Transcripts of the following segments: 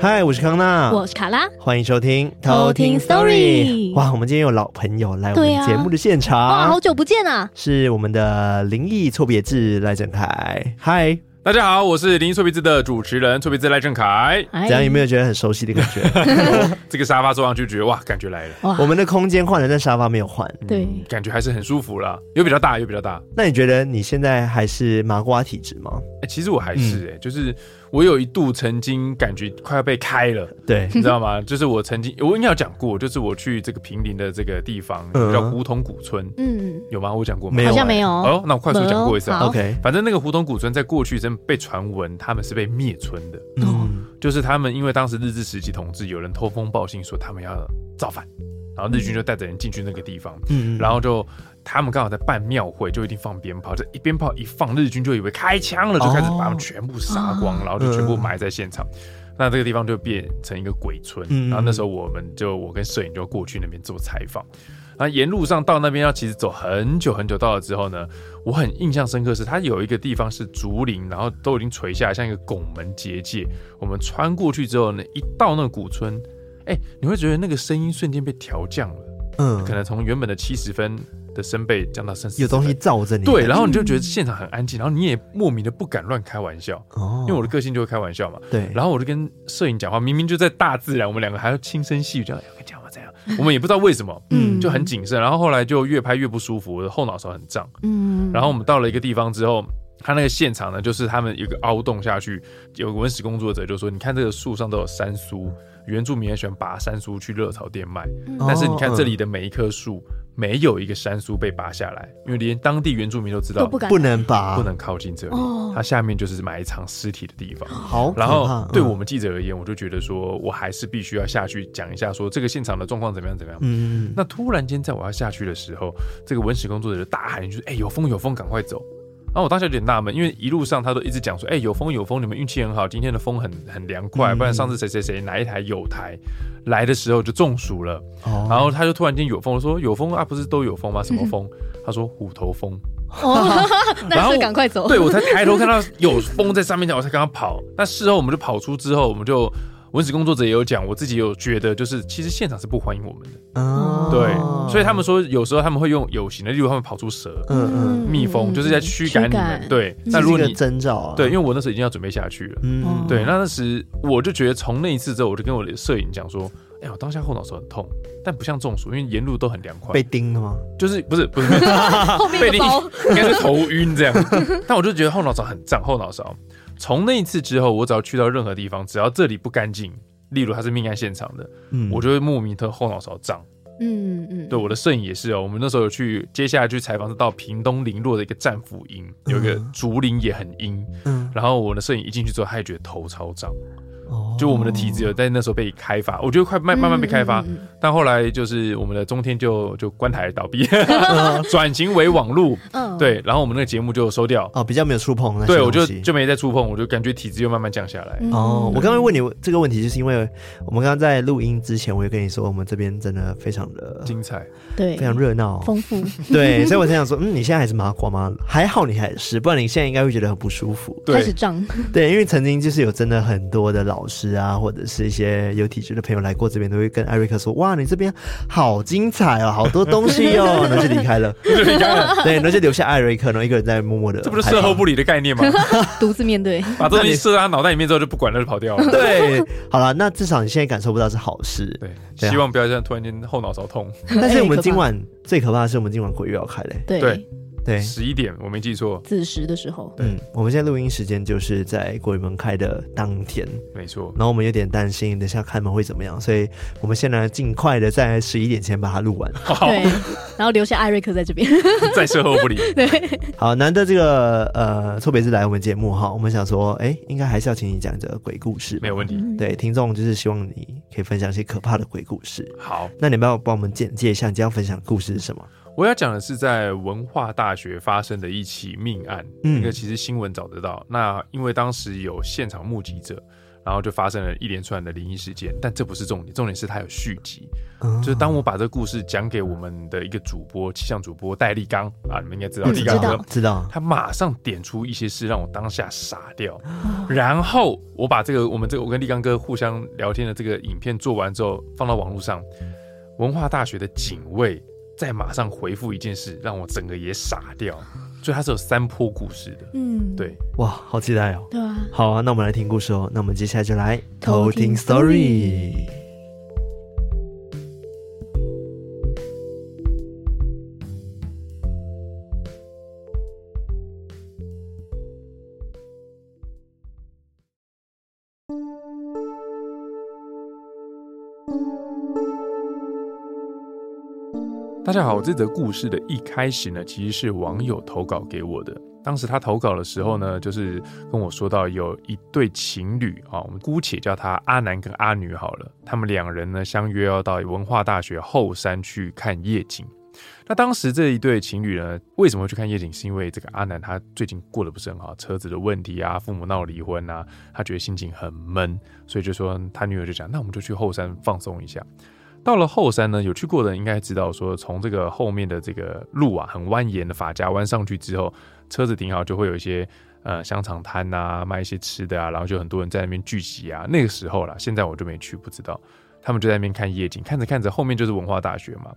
嗨，我是康娜，我是卡拉。欢迎收听偷听 Story 哇，我们今天有老朋友来我对们啊节目的现场，哇，好久不见啊！是我们的灵异错别字赖正凯。嗨，大家好，我是灵异错别字的主持人错别字赖正凯。哎怎样有没有觉得很熟悉的感觉？这个沙发坐上去，觉得哇，感觉来了， 嗯哇我们的空间换了，但沙发没有换。对感觉还是很舒服啦，又比较大，又比较大。那你觉得你现在还是麻瓜体质吗？哎、其实我还是哎、嗯就是我有一度曾经感觉快要被 开了，对，嗯你知道吗？就是我曾经我应该有讲过，就是我去这个平林的这个地方嗯叫胡同古村，嗯，有吗？我讲过吗？没有哎好像没有。哦，那我快速讲过一次好啊。 OK，反正那个胡同古村在过去真被传闻他们是被灭村的，嗯，就是他们因为当时日治时期统治，有人偷风报信说他们要造反，然后日军就带着人进去那个地方，嗯然后就他们刚好在办庙会，就一定放鞭炮，这一鞭炮一放，日军就以为开枪了，就开始把他们全部杀光，哦然后就全部埋在现场。那这个地方就变成一个鬼村，嗯然后那时候我们就我跟摄影就过去那边做采访，然后沿路上到那边要其实走很久很久，到了之后呢，我很印象深刻是它有一个地方是竹林，然后都已经垂下来，像一个拱门结界，我们穿过去之后呢，一到那个古村，哎、你会觉得那个声音瞬间被调降了。嗯可能从原本的七十分的声贝降到三十，有东西。罩着你。对，然后嗯你就觉得现场很安静，然后你也莫名的不敢乱开玩笑，嗯哦因为我的个性就会开玩笑哎嘛。对，然后我就跟摄影讲话，明明就在大自然，我们两个还要轻声细语这样，哎我跟你讲话这样，我们也不知道为什么，嗯就很谨慎。然后后来就越拍越不舒服，我的后脑勺很胀。嗯，然后我们到了一个地方之后，他那个现场呢，就是他们有个凹洞下去，有个文史工作者就说：“你看这个树上都有山苏，原住民很喜欢拔山苏去热炒店卖，嗯哦但是你看这里的每一棵树，没有一个山苏被拔下来，因为连当地原住民都知都道不敢不能哎吧？不，能靠近这里哦，它下面就是埋藏尸体的地方。”好可怕。然后对我嗯们记者而言，我就觉得说，我还是必须要下去讲一下，说这个现场的状况怎么样怎么样。嗯，嗯那突然间，在我要下去的时候，这个文史工作者就大喊一句：“哎、有风有风，赶快走！”然后我当时有点纳闷，因为一路上他都一直讲说：“哎、有风有风，你们运气很好，今天的风很很凉快，嗯不然上次谁谁谁哪一台有台来的时候就中暑了。”哦然后他就突然间有风，我说：“有风啊，不是都有嗯风吗？什么风？”他说：“虎头风。” 哦， 然那后是赶快哦走。对我才抬头看到有风在上面，我才跟他跑。那事后我们就跑出之后，我们就文史工作者也有讲，我自己也有觉得，就是其实现场是不欢迎我们的。哦对，所以他们说有时候他们会用有形的，例如他们跑出蛇、嗯嗯，嗯蜜蜂，就是在驱赶你们。，对，那如果这是一个你征兆啊，对，因为我那时候已经要准备下去了，嗯，对，那时我就觉得从那一次之后，我就跟我的摄影讲说。哎、我当下后脑勺很痛，但不像中暑，因为沿路都很凉快，被叮了吗？就是不是不是后面的 包应该是头晕这样。 但我就觉得后脑勺很胀，后脑勺。从那一次之后，我只要去到任何地方，只要这里不干净，例如它是命案现场的，嗯，我就会莫名的后脑勺胀。嗯嗯，对，我的摄影也是哦。我们那时候有去，接下来去采访是到屏东林落的一个战俘营，有一个竹林也很阴。嗯，然后我的摄影一进去之后，他也觉得头超胀，哦就我们的体质有在那时候被开发，我觉得快慢慢慢被开发嗯。嗯嗯但后来就是我们的中天就就关台倒闭，转型为网路。哦嗯，对，然后我们那个节目就收掉。哦比较没有触碰那些对，我就东西就没再触碰，我就感觉体质又慢慢降下来。嗯哦，我刚刚问你这个问题，就是因为我们刚刚在录音之前，我也跟你说，我们这边真的非常的精彩，对非常热闹，丰富，对，所以我才想说，嗯，你现在还是麻瓜吗？还好你还是，不然你现在应该会觉得很不舒服。开始对， 涨。对，因为曾经就是有真的很多的老师啊，或者是一些有体质的朋友来过这边，都会跟艾瑞克说，哇，你这边好精彩哦，好多东西哦，然后就离开了， 就离开了， 对，然后就留下艾瑞克，然后一个人在默默的，这不是事后不理的概 念吗？独自面对，把这东西射到他脑袋里面之后就不管了，就跑掉了。 对，好了，那至少你现在感受不到是好事。对，对啊希望不要这样突然间后脑勺痛。但是我哎们可怕今晚最可怕的是，我们今晚鬼月要开嘞、对对对，十一点，我没记错，子时的时候，嗯，我们现在录音时间就是在鬼门开的当天，没错。 然后我们有点担心，等一下开门会怎么样，所以我们现在尽快的在十一点前把它录完。好，对，然后留下艾瑞克在这边， 再事后不理。好，难得这个呃错别字来我们节目哈，我们想说，哎，应该还是要请你讲这个鬼故事，没有问嗯题。对，听众就是希望你可以分享一些可怕的鬼故事。好，那你们要帮我们简介一下，你今天要分享的故事是什么？我要讲的是在文化大学发生的一起命案，嗯那个其实新闻找得到。那因为当时有现场目击者，然后就发生了一连串的灵异事件。但这不是重点，重点是它有续集。嗯就是当我把这个故事讲给我们的一个主播气象主播戴立刚啊，你们应该知道嗯立刚知道哥，知道，他马上点出一些事，让我当下傻掉。哦然后我把这个我们这个我跟立刚哥互相聊天的这个影片做完之后，放到网络上，文化大学的警卫再马上回复一件事，让我整个也傻掉。所以它是有三波故事的，嗯，对。哇，好期待哦！对啊，好啊，那我们来听故事哦。那我们接下来就来偷听 story。大家好，这则故事的一开始呢，其实是网友投稿给我的。当时他投稿的时候呢，就是跟我说到有一对情侣啊，我们姑且叫他阿南跟阿女好了。他们两人呢相约要到文化大学后山去看夜景。那当时这一对情侣呢，为什么会去看夜景？是因为这个阿南他最近过得不是很好，车子的问题啊，父母闹离婚啊，他觉得心情很闷，所以就说他女友就讲，那我们就去后山放松一下。到了后山呢，有去过的人应该知道，说从这个后面的这个路啊，很蜿蜒的法家湾上去之后，车子停好就会有一些呃香肠摊呐，卖一些吃的啊，然后就很多人在那边聚集啊。那个时候啦，现在我就没去，不知道。他们就在那边看夜景，看着看着，后面就是文化大学嘛。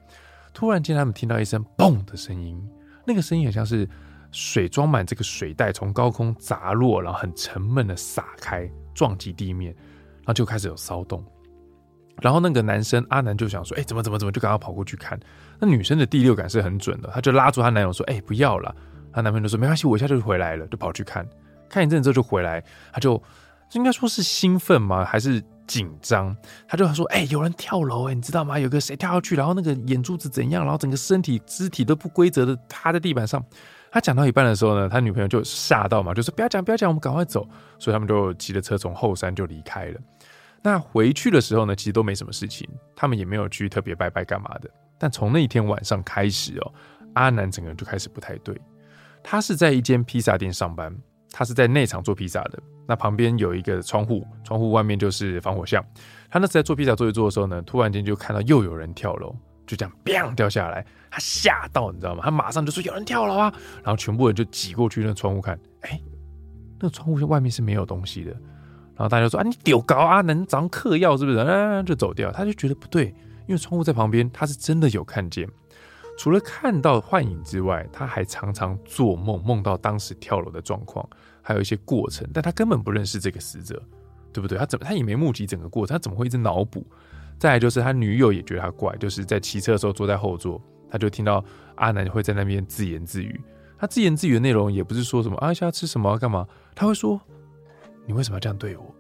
突然间，他们听到一声“嘣”的声音，那个声音很像是水装满这个水袋从高空砸落，然后很沉闷的洒开，撞击地面，然后就开始有骚动。然后那个男生阿南就想说：“哎、怎么怎么怎么？”就赶快跑过去看。那女生的第六感是很准的，她就拉住她男友说：“哎、不要了。”她男朋友就说：“没关系，我一下就回来了。”就跑去看，看一阵之后就回来，她就应该说是兴奋吗？还是紧张？她就说：“哎、有人跳楼、哎，你知道吗？有个谁跳下去，然后那个眼珠子怎样，然后整个身体肢体都不规则的趴在地板上。”他讲到一半的时候呢，他女朋友就吓到嘛，就说：“不要讲，不要讲，我们赶快走。”所以他们就骑着车从后山就离开了。那回去的时候呢，其实都没什么事情，他们也没有去特别拜拜干嘛的。但从那一天晚上开始哦，阿南整个人就开始不太对。他是在一间披萨店上班，他是在内场做披萨的。那旁边有一个窗户，窗户外面就是防火巷。他那时在做披萨做一做的时候呢，突然间就看到又有人跳楼，就这样 biang 掉下来。他吓到，你知道吗？他马上就说有人跳楼啊！然后全部人就挤过去那窗户看，哎、那窗户外面是没有东西的。然后大家就说啊，你丢高啊，能长嗑药是不是？啊，就走掉。他就觉得不对，因为窗户在旁边，他是真的有看见。除了看到幻影之外，他还常常做梦，梦到当时跳楼的状况，还有一些过程，但他根本不认识这个死者，对不对？他怎么他也没目击整个过程，他怎么会一直脑补？再来就是他女友也觉得他怪，就是在骑车的时候坐在后座，他就听到阿南会在那边自言自语。他自言自语的内容也不是说什么啊，现在吃什么啊干嘛，他会说你为什么要这样对我？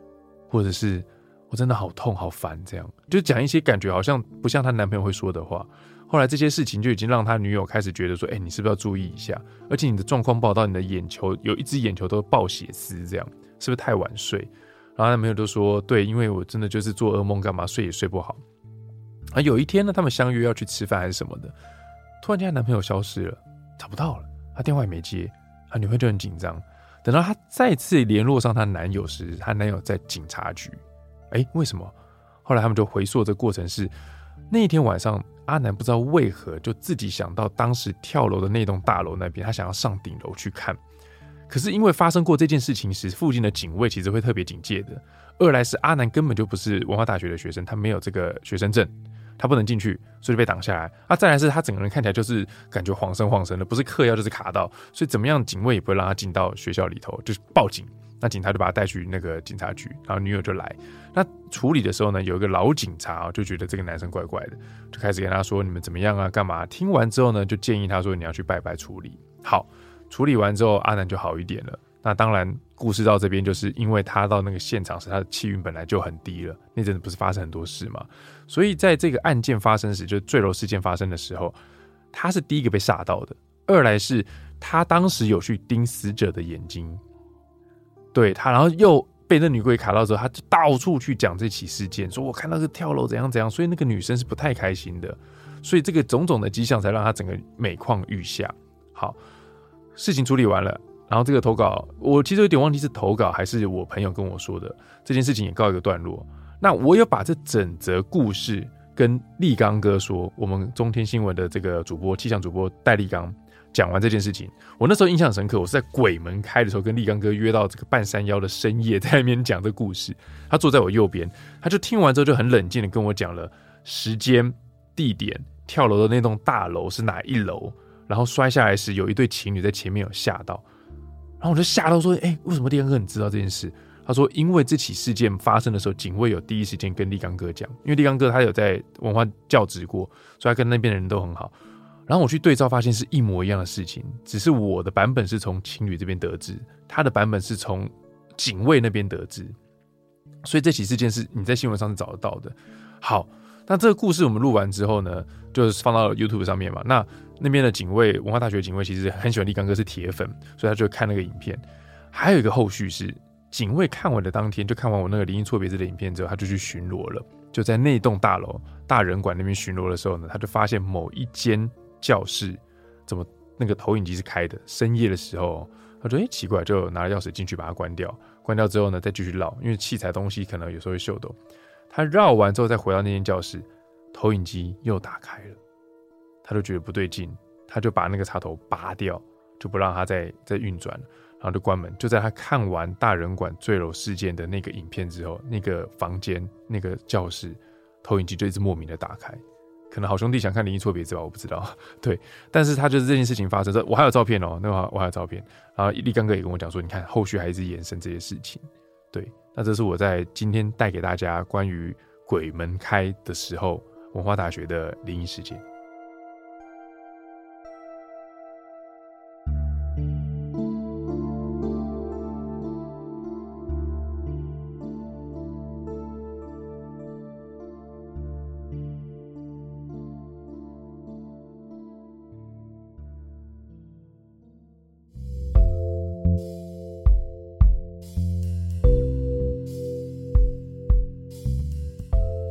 或者是我真的好痛好烦，这样就讲一些感觉好像不像她男朋友会说的话。后来这些事情就已经让她女友开始觉得说，哎、你是不是要注意一下？而且你的状况不好到你的眼球有一只眼球都爆血丝，这样是不是太晚睡？然后她男朋友就说，对，因为我真的就是做噩梦，干嘛睡也睡不好。啊，有一天呢，他们相约要去吃饭还是什么的，突然间她男朋友消失了，找不到了，她电话也没接，她女朋友就很紧张。等到她再次联络上她男友时，她男友在警察局。哎、为什么？后来他们就回溯这过程是，那一天晚上，阿南不知道为何就自己想到当时跳楼的那栋大楼那边，他想要上顶楼去看。可是因为发生过这件事情时，附近的警卫其实会特别警戒的。二来是阿南根本就不是文化大学的学生，他没有这个学生证，他不能进去，所以就被挡下来。啊，再来是他整个人看起来就是感觉晃神晃神的，不是嗑药就是卡到，所以怎么样，警卫也不会让他进到学校里头，就是报警。那警察就把他带去那个警察局，然后女友就来。那处理的时候呢，有一个老警察、啊就觉得这个男生怪怪的，就开始跟他说你们怎么样啊，干嘛？听完之后呢，就建议他说你要去拜拜处理。好，处理完之后，阿南就好一点了。那当然，故事到这边就是因为他到那个现场时，他的气运本来就很低了，那阵子不是发生很多事嘛，所以在这个案件发生时，就是坠楼事件发生的时候，他是第一个被吓到的。二来是他当时有去盯死者的眼睛，对他，然后又被那女鬼卡到之后，他就到处去讲这起事件，说我看到这跳楼怎样怎样，所以那个女生是不太开心的，所以这个种种的迹象才让他整个每况愈下。好，事情处理完了，然然后这个投稿，我其实有点忘记是投稿还是我朋友跟我说的，这件事情也告一个段落。那我有把这整则故事跟立刚哥说，我们中天新闻的这个主播气象主播戴立刚讲完这件事情，我那时候印象很深刻，我是在鬼门开的时候跟立刚哥约到这个半山腰的深夜，在那边讲这故事。他坐在我右边，他就听完之后就很冷静的跟我讲了时间、地点、跳楼的那栋大楼是哪一楼，然后摔下来时有一对情侣在前面有吓到，然后我就吓到说：“哎、为什么立刚哥你知道这件事？”他说：“因为这起事件发生的时候，警卫有第一时间跟立刚哥讲，因为立刚哥他有在文化教职过，所以他跟那边的人都很好。然后我去对照，发现是一模一样的事情，只是我的版本是从情侣这边得知，他的版本是从警卫那边得知。所以这起事件是你在新闻上是找得到的。好，那这个故事我们录完之后呢，就是放到 YouTube 上面嘛。那那边的警卫，文化大学警卫其实很喜欢立刚哥，是铁粉，所以他就看那个影片。还有一个后续是，警卫看完的当天，就看完我那个《灵异错别字》的影片之后，他就去巡逻了。就在那栋大楼大人馆那边巡逻的时候呢，他就发现某一间教室怎么那个投影机是开的，深夜的时候，他说：“哎、奇怪！”就拿了钥匙进去把它关掉。关掉之后呢，再继续绕，因为器材东西可能有时候会锈抖。他绕完之后再回到那间教室，投影机又打开了，他就觉得不对劲，他就把那个插头拔掉，就不让它再再运转了，然后就关门。就在他看完大人馆坠楼事件的那个影片之后，那个房间、那个教室，投影机就一直莫名的打开。可能好兄弟想看《灵异错别字》吧，我不知道。对，但是他就是这件事情发生，这我还有照片哦，那我我还有照片。然后立刚哥也跟我讲说，你看后续还一直延伸这些事情。对，那这是我在今天带给大家关于鬼门开的时候，文化大学的灵异事件。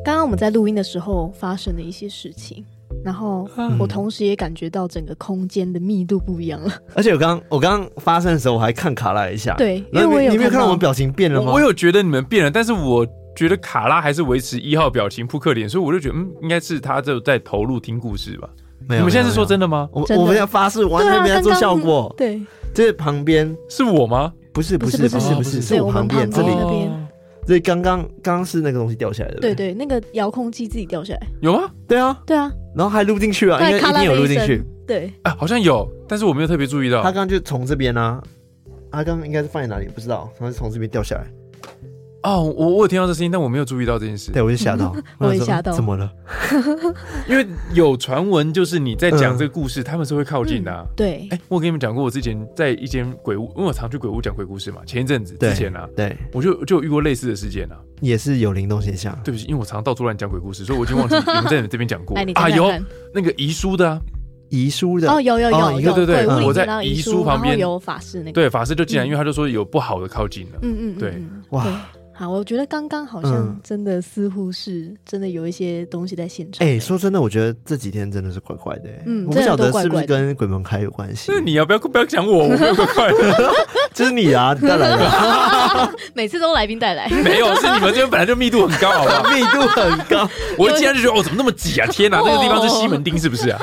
刚刚我们在录音的时候发生了一些事情，然后嗯我同时也感觉到整个空间的密度不一样了。而且我刚我刚发生的时候，我还看卡拉一下，对然后因为我你有你没有看看到到我们表情变了吗？我我有觉得你们变了，但是我觉得卡拉还是维持一号表情扑克脸，所以我就觉得，嗯，应该是他就在投入听故事吧。没有你们现在没有是说真的吗？我真的我们要发誓，完全没在做效果。对，这旁边是我吗？不是不是不不是是不不是是对我我们旁边旁这里边，那哦边所以刚刚刚刚是那个东西掉下来的，对对，那个遥控器自己掉下来。有吗？对啊，对啊，然后还录进去啊，应该对，咔一定啦有的录一进去声。，对，啊，好像有，但是我没有特别注意到他。刚刚就从这边啊，他刚刚应该是放在哪里不知道，他是从这边掉下来，哦，我我有听到这声音，但我没有注意到这件事对。我就吓 到，我也想说吓到怎么了？因为有传闻，就是你在讲这个故事，他们是会靠近的啊、嗯对哎、，我跟你们讲过，我之前在一间鬼屋，因为我常去鬼屋讲鬼故事嘛。前一阵子对之前啊，对，我就就有遇过类似的事件啊。也是有灵动现象，对不起，因为我常到处乱讲鬼故事，所以我已经 忘记你们在你们这边讲过来你啊。看有看那个遗书的啊，遗书的哦，有有哦有一个有，对对对鬼屋里我在面然后遗遗书旁边然后有法师那个，对法师就进来，嗯因为他就说有不好的靠近了。嗯嗯，嗯对，嗯哇对好，我觉得刚刚好嗯像真的似乎是真的有一些东西在现场。哎、说真的，我觉得这几天真的是怪怪的、欸。嗯我不晓得是真的都不是怪怪的跟鬼门开有关系那。你要不要不要讲我？我没有快 乐，就是你 啊，当然了，每次都来宾带来，没有，是你们这边本来就密度很高，好不好？密度很 高，我一进来就觉得哦，怎么那么挤啊？天哪，这个地方是西门町是不是啊？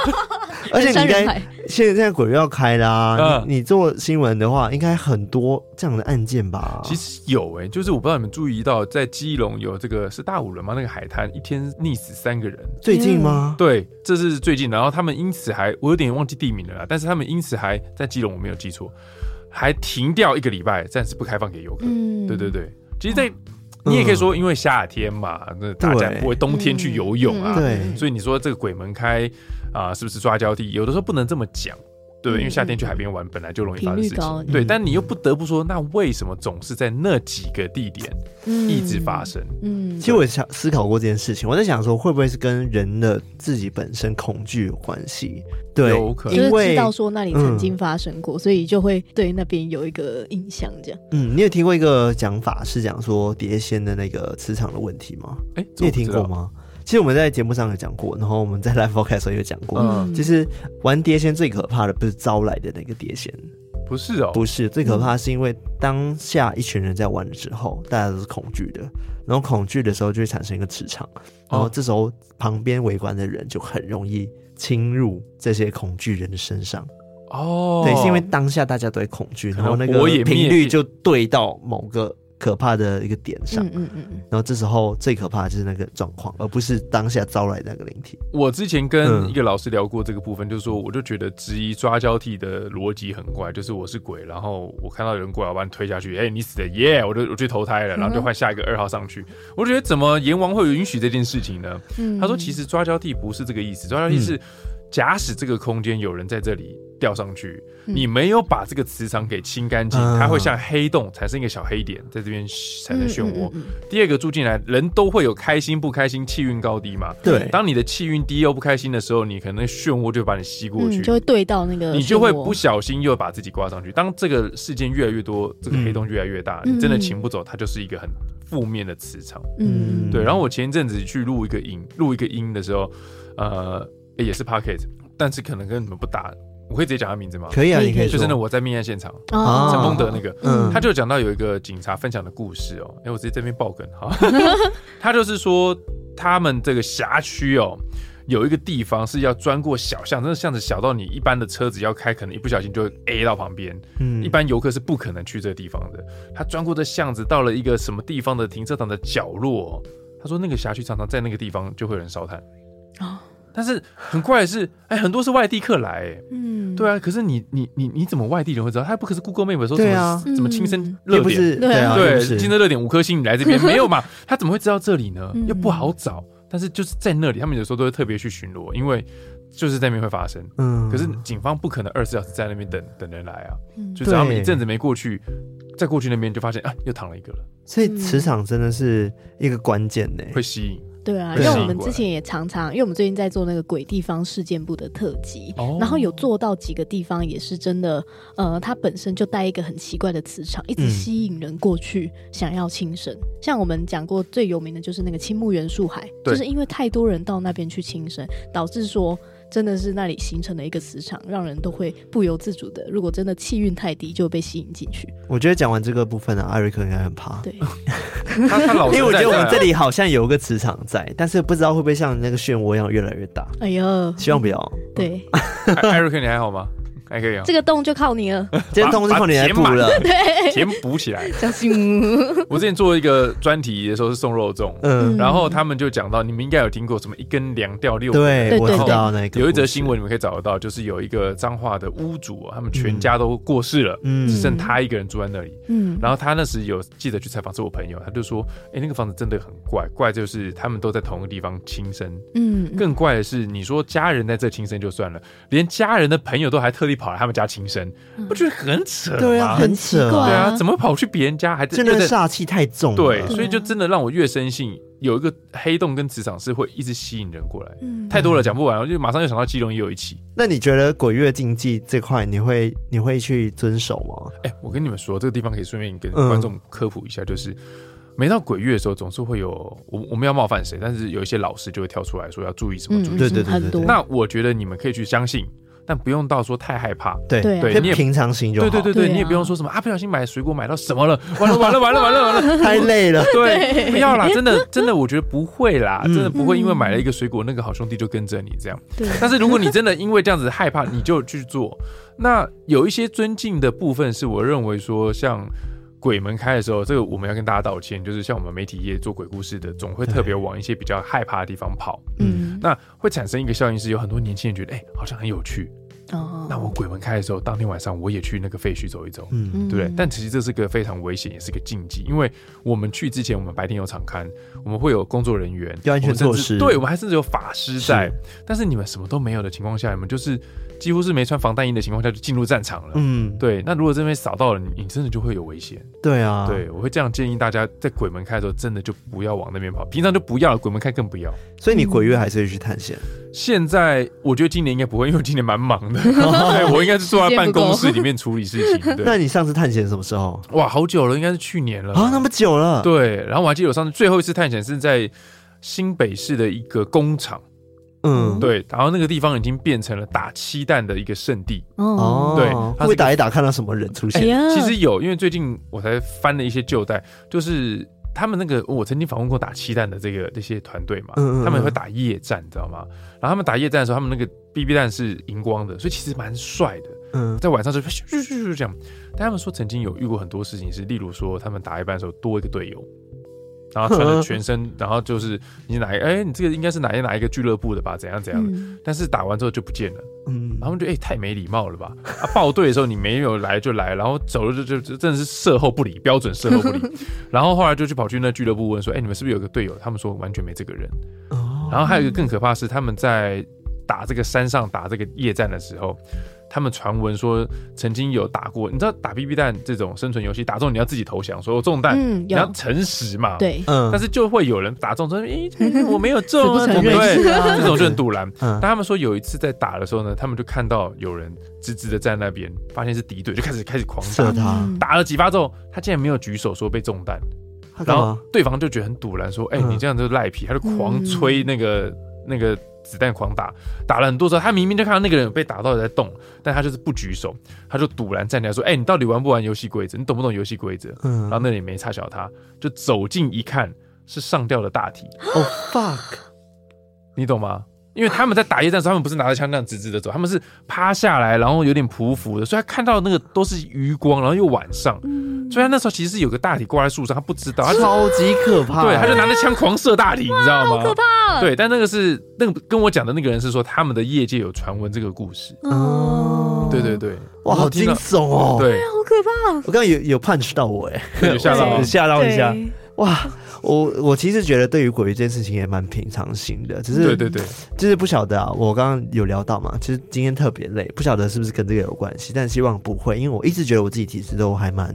而且你山应人该海，现在现在鬼月要开啦、嗯你你做新闻的话，应该很多这样的案件吧？其实有哎、就是我不知道你们注意到，在基隆有这个是大五轮吗？那个海滩一天溺死三个人，最近吗？对，这是最近，然后他们因此还我有点忘记地名了啦，但是他们因此还在基隆，我没有记错，还停掉一个礼拜，暂时不开放给游客。嗯，对对对，其实在，你也可以说，因为夏天嘛，那大家不会冬天去游泳嗯啊，对所以你说这个鬼门开啊、是不是抓交替？有的时候不能这么讲，对，嗯因为夏天去海边玩本来就容易发生频率事高情，嗯对。但你又不得不说，那为什么总是在那几个地点嗯一直发，生？嗯，其实我想思考过这件事情，我在想说会不会是跟人的自己本身恐惧有关系？对，有可能就因是知为道说那里曾经发生嗯过，所以就会对那边有一个印象，这样。嗯，你有听过一个讲法是讲说碟仙的那个磁场的问题吗？哎、你这我有不知听道过？吗？其实我们在节目上有讲过，然后我们在 live podcast 的时候有讲过，嗯就是玩碟仙最可怕的不是招来的那个碟仙，不是哦，不是，最可怕是因为当下一群人在玩的时候，大家都是恐惧的，然后恐惧的时候就会产生一个磁场，然哦后这时候旁边围观的人就很容易侵入这些恐惧人的身上。哦，对，是因为当下大家都在恐惧，然后那可能个火也灭频率就对到某个可怕的一个点上，嗯嗯嗯嗯，然后这时候最可怕的就是那个状况，而不是当下招来那个灵体。我之前跟嗯一个老师聊过这个部分，就是说，我就觉得质疑抓交替的逻辑很怪，就是我是鬼，然后我看到有人过来，我把你推下去，哎、你死了耶我就我去投胎了，然嗯后就换下一个二号上去。我觉得怎么阎王会允许这件事情呢？嗯他说，其实抓交替不是这个意思，抓交替是假使这个空间有人在这里掉上去，嗯你没有把这个磁场给清干净，嗯它会像黑洞产生一个小黑点，在这边产生漩涡。嗯嗯嗯第二个住进来，人都会有开心不开心，气运高低嘛。对当你的气运低又不开心的时候，你可能漩涡就把你吸过去，嗯就会对到那个漩涡，你就会不小心又把自己挂上去。当这个事件越来越多，这个黑洞越来越大，嗯你真的请不走，它就是一个很负面的磁场。嗯，嗯对，然后我前一阵子去录一个音，录一个音的时候，呃，诶也是 Pocket，但是可能跟你们不搭，我可以直接讲他名字吗？可以啊，可以你可以可以就说，啊真的我在命案现场，哦陈蒙德那个，嗯他就讲到有一个警察分享的故事哦，哎、我直接这边爆梗 哈，他就是说他们这个辖区哦，有一个地方是要钻过小巷，真的巷子小到你一般的车子要开，可能一不小心就会 A 到旁边，嗯一般游客是不可能去这个地方的。他钻过这巷子，到了一个什么地方的停车场的角落哦、他说那个辖区常常在那个地方就会有人烧炭哦但是很怪的是，哎、很多是外地客来、哎。嗯，对啊，可是你你你你怎么外地人会知道？他不可是 Google Map 说怎对么、啊怎么亲身嗯也热不点？是对啊啊，也对不，是亲身热点五颗星，你来 这边没有嘛？他怎么会知道这里呢？嗯又不好找，但是就是在那里，他们有时候都会特别去巡逻，因为就是在那边会发生。嗯可是警方不可能二十四小时在那边等等人来啊，嗯，就只要对一阵子没过去，再过去那边就发现啊，又躺了一个了，所以嗯磁场真的是一个关键呢、会吸引。对啊，因对为啊我们之前也常常，因为我们最近在做那个鬼地方事件部的特辑，哦然后有做到几个地方也是真的，呃，它本身就带一个很奇怪的磁场，一直嗯吸引人过去想要轻生。像我们讲过最有名的就是那个青木原树海，对就是因为太多人到那边去轻生，导致说。真的是那里形成了一个磁场，让人都会不由自主的。如果真的气运太低，就会被吸引进去。我觉得讲完这个部分呢、艾瑞克应该很怕。 对，他他老因是为我觉在得我们啊这里好像有个磁场在，但是不知道会不会像那个漩涡一样越来越大。哎 呦，希望不要，对，哎艾艾瑞克你还好吗？还可 以啊这，个洞就靠你 了。今天通知靠你来补了。填补起来。相信，我之前做一个专题的时候是送肉粽，嗯，然后他们就讲到，你们应该有听过什么一根凉掉六根对，对我对知道那个有一则新闻你们可以找得到，就是有一个彰化的屋主哦、他们全家都过世了，嗯只剩他一个人住在那里。嗯，然后他那时有记者去采访，是我朋友，他就说：“哎、那个房子真的很怪，怪就是他们都在同一个地方轻生。嗯，嗯更怪的是，你说家人在这轻生就算了，连家人的朋友都还特地跑来他们家轻生，不觉得很扯故事，吗？对啊，很扯很奇怪对啊，啊，怎么会跑去别人家还在真的又在煞气太重了。对，对所以就真的让我越深信有一个黑洞跟磁场是会一直吸引人过来。嗯太多了，讲不完，我就马上就想到基隆也有一起。那你觉得鬼月禁忌这块，你会你会去遵守吗？哎、我跟你们说，这个地方可以顺便跟嗯观众科普一下，就是每到鬼月的时候，总是会有我我们要冒犯谁，但是有一些老师就会跳出来说要注意嗯什么注意。对对对对很多。那我觉得你们可以去相信，但不用到说太害怕。对对啊对就你也平常心就好。对对对对对，啊你也不用说什么啊，不小心买水果买到什么了，完了完了完了完了完了， 太累了。对，不要啦，真的真的，我觉得不会啦，嗯真的不会，因为买了一个水果，那个好兄弟就跟着你这样。对但是如果你真的因为这样子害怕，你就去做。那有一些尊敬的部分，是我认为说，像鬼门开的时候，这个我们要跟大家道歉，就是像我们媒体业做鬼故事的，总会特别往一些比较害怕的地方跑。嗯，那会产生一个效应，是有很多年轻人觉得，哎、好像很有趣。哦那我鬼门开的时候，当天晚上我也去那个废墟走一走。嗯，嗯对不对？但其实这是个非常危险，也是个禁忌，因为我们去之前，我们白天有场刊，我们会有工作人员，有安全我们甚至措施对我们还甚至有法师在是。但是你们什么都没有的情况下，你们就是几乎是没穿防弹衣的情况下就进入战场了。嗯，对，那如果这边扫到了你，你真的就会有危险。对啊，对我会这样建议大家，在鬼门开的时候，真的就不要往那边跑，平常就不要了，鬼门开更不要。所以你鬼月还是会去探险。现在我觉得今年应该不会，因为我今年蛮忙的， 对我应该是坐在办公室里面处理事情。对，呃那你上次探险什么时候？哇，好久了，应该是去年了啊，那么久了。对，然后我还记得我上次最后一次探险是在新北市的一个工厂，嗯，对，然后那个地方已经变成了打漆弹的一个圣地。哦，对它是会打一打看到什么人出哎现，呀，其实有，因为最近我才翻了一些旧带，就是他们那个我曾经访问过打气弹的这个这些团队嘛，嗯嗯嗯他们也会打夜战，你知道吗？然后他们打夜战的时候，他们那个 BB 弹是荧光的，所以其实蛮帅的，嗯，在晚上就咻咻咻咻这样。但他们说曾经有遇过很多事情是，例如说他们打一半的时候多一个队友。然后穿的全身，然后就是你哪一哎，你这个应该是哪一哪一个俱乐部的吧？怎样怎样的？嗯但是打完之后就不见了。嗯然后他们就哎、欸太没礼貌了吧！啊，报队的时候你没有来就来，然后走了就就就真的是事后不理，标准事后不理。 然后后来就去跑去那俱乐部问说，哎、你们是不是有个队友？他们说完全没这个人。哦，然后还有一个更可怕的是，他们在打这个山上打这个夜战的时候，他们传闻说曾经有打过，你知道打 BB 弹这种生存游戏打中你要自己投降，说我中弹，嗯你要有诚实嘛。。对，嗯，但是是就会有人打中说，哎、 我没有中啊，死不承认 对是啊这种就很堵拦。嗯但他们说有一次在打的时候呢，他们就看到有人直直的站那边，发现是敌对，就开始开始狂射打。他，嗯 打了几发之后，他竟然没有举手说被中弹，他干然后嘛？对方就觉得很堵然，说：“哎、嗯你这样就赖皮。”他就狂吹那个、那个子弹狂打，打了很多之后，他明明就看到那个人有被打到有在动，但他就是不举手，他就堵然站起来说：“哎、你到底玩不玩游戏规则？你懂不懂游戏规则？”嗯，然后那里没插小他，就走近一看是上吊的大体，哦 fuck，你懂吗？因为他们在打夜战的时候，他们不是拿着枪那样直直的走，他们是趴下来，然后有点匍匐的，所以他看到那个都是余光，然后又晚上，所以他那时候其实是有个大体挂在树上，他不知道，他就超级可怕，对，他就拿着枪狂射大体，你知道吗？可怕！对，但那个是那个跟我讲的那个人是说他们的业界有传闻这个故事，哦对对对，哇，好我听惊到，悚哦！，对，好可怕，我刚刚有有 punch 到我哎，有吓 到我吗？吓到一下。对哇，我我其实觉得对于鬼这件事情也蛮平常心的，只是对对对，就是不晓得啊。我刚刚有聊到嘛，其实今天特别累，不晓得是不是跟这个有关系，但希望不会，因为我一直觉得我自己体质都还蛮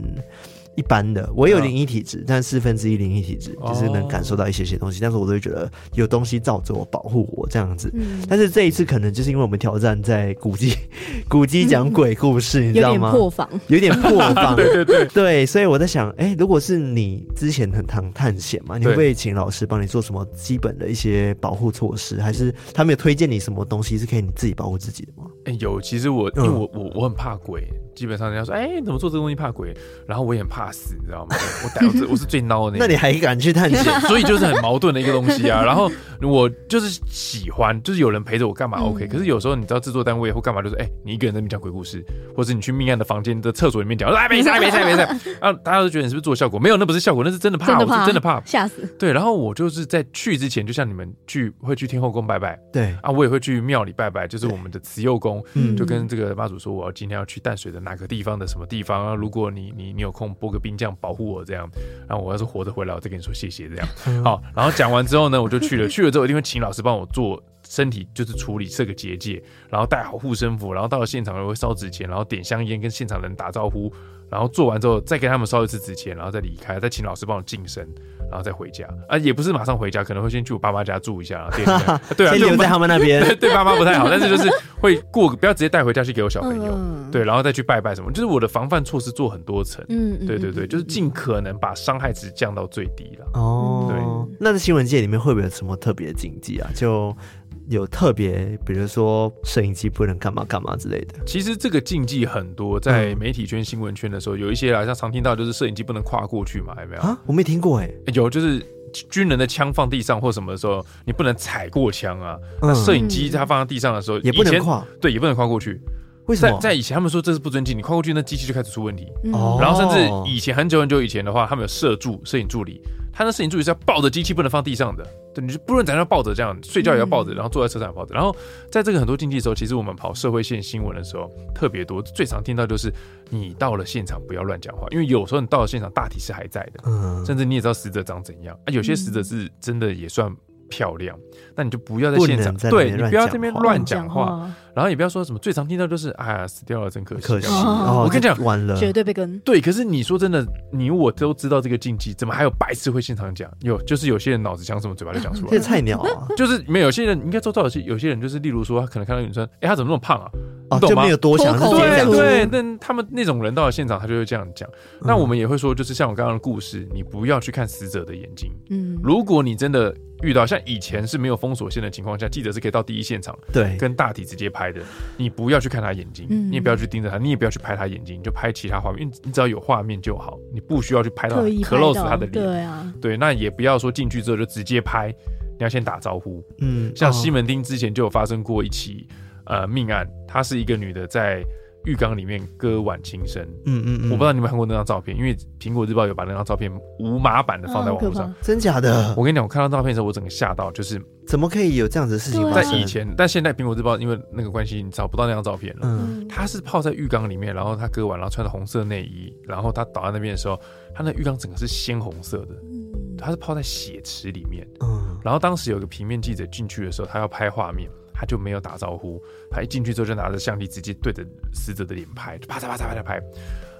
一般的。我有嗯灵异体质，但四分之一灵异体质就哦是能感受到一些些东西，但是我都会觉得有东西罩着我，保护我这样子。嗯，但是这一次可能就是因为我们挑战在古迹 古迹讲鬼故事，你知有道点吗？破防，有点破防，对 对对对，所以我在想，哎、如果是你之前很常探险嘛，你对会不会请老师帮你做什么基本的一些保护措施？还是他们有推荐你什么东西是可以你自己保护自己的 吗？哎、有，其实我嗯因为我我我很怕鬼，基本上人家说，哎、你怎么做这个东西怕鬼？然后我也很怕死，你知道吗？我我我是我是最孬的那那你个。还敢去探 险？所以就是很矛盾的一个东西啊，然后我就是喜欢，就是有人陪着我干嘛嗯 OK，、可是有时候你知道制作单位或干嘛，就是哎、你一个人在那边讲鬼故事，或者你去命案的房间的厕所里面讲，哎没事没事没事， 啊大家都觉得你是不是做效果？没有，那不是效果，那是真的怕，真的我怕，是真的怕。吓死，对，然后我就是在去之前，就像你们去会去天后宫拜拜对，啊，我也会去庙里拜拜，就是我们的慈幼宫，嗯就跟这个妈祖说，我要今天要去淡水的哪个地方的什么地方啊？如果你你你有空拨个兵将保护我这样，然后我要是活着回来，我再跟你说谢谢这嗯样。 好，然后讲完之后呢，我就去了，去了之后一定会请老师帮我做身体就是处理这个结界，然后带好护身符，然后到了现场我会烧纸钱，然后点香烟跟现场人打招呼，然后做完之后再跟他们烧一次纸钱，然后再离开，再请老师帮我净身，然后再回家啊，也不是马上回家，可能会先去我爸妈家住一下，然后第 二天对啊，先对留我们在他们那边。 对对爸妈 不太好，但是就是会过，不要直接带回家去给我小朋友，嗯对，然后再去拜拜什么，就是我的防范措施做很多层，嗯，嗯对对对，嗯就是尽可能把伤害值降到最低了。哦，那在新闻界里面会不会有什么特别的禁忌啊？就有特别，比如说摄影机不能干嘛干嘛之类的。其实这个禁忌很多，在嗯媒体圈、新闻圈的时候，有一些啊，像常听到就是摄影机不能跨过去嘛，有没有？啊，我没听过哎、有就是。军人的枪放地上或什么的时候，你不能踩过枪啊。那嗯摄影机它放在地上的时候，也不以能前，跨，对，也不能跨过去。为什在么？在以前，他们说这是不尊敬，你跨过去，那机器就开始出问题。嗯哦然后甚至以前很久很久以前的话，他们有摄助摄影助理，他那摄影助理是要抱着机器不能放地上的，对，你就不论怎样抱着这样，睡觉也要抱嗯着，然后坐在车上也抱着。然后在这个很多禁忌的时候，其实我们跑社会线新闻的时候特别多，最常听到就是你到了现场不要乱讲话，因为有时候你到了现场大体是还在的，嗯，甚至你也知道死者长怎样啊，有些死者是真的也算。漂亮，那你就不要在不现场，能在那对边你乱不要讲这边话乱讲话，，然后也不要说什么。最常听到就是，哎呀，死掉了，真可惜。可惜。哦哦，我跟你讲这完了，绝对被跟，对，可是你说真的，你我都知道这个禁忌，怎么还有白痴会现场讲？有，就是有些人脑子想什么，嘴巴就 讲出这来。，菜鸟啊就是没有有些人，你应该周遭有些有些人，就是例如说，他可能看到有人说，哎、他怎么那么胖啊？哦，你懂就吗没有多想，脱就直口接而讲出出对对，那他们那种人到了现场，他就会这样讲。那嗯我们也会说，就是像我刚刚的故事，你不要去看死者的眼睛。嗯，如果你真的遇到像以前是没有封锁线的情况下，记者是可以到第一现场对，跟大体直接拍的，你不要去看他眼睛，嗯你也不要去盯着他，你也不要去拍他眼睛，你就拍其他画面，因为你只要有画面就好，你不需要去拍到特意拍 close 到他的脸。对啊，对，那也不要说进去之后就直接拍，你要先打招呼。嗯，像哦西门町之前就有发生过一起呃命案，她是一个女的在浴缸里面割腕轻生。嗯嗯嗯，我不知道你们看过那张照片，因为苹果日报有把那张照片无码版的放在啊好网可络怕上。真假的，我跟你讲，我看到照片的时候，我整个吓到，就是怎么可以有这样子的事情对啊发在生？以前，但现在苹果日报因为那个关系，你找不到那张照片了。嗯，她是泡在浴缸里面，然后她割完，然后穿着红色内衣，然后她倒在那边的时候，她那浴缸整个是鲜红色的，嗯她是泡在血池里面。嗯然后当时有个平面记者进去的时候，他要拍画面，他就没有打招呼，他一进去之后就拿着相机直接对着死者的脸拍，就啪嚓啪嚓啪嚓拍。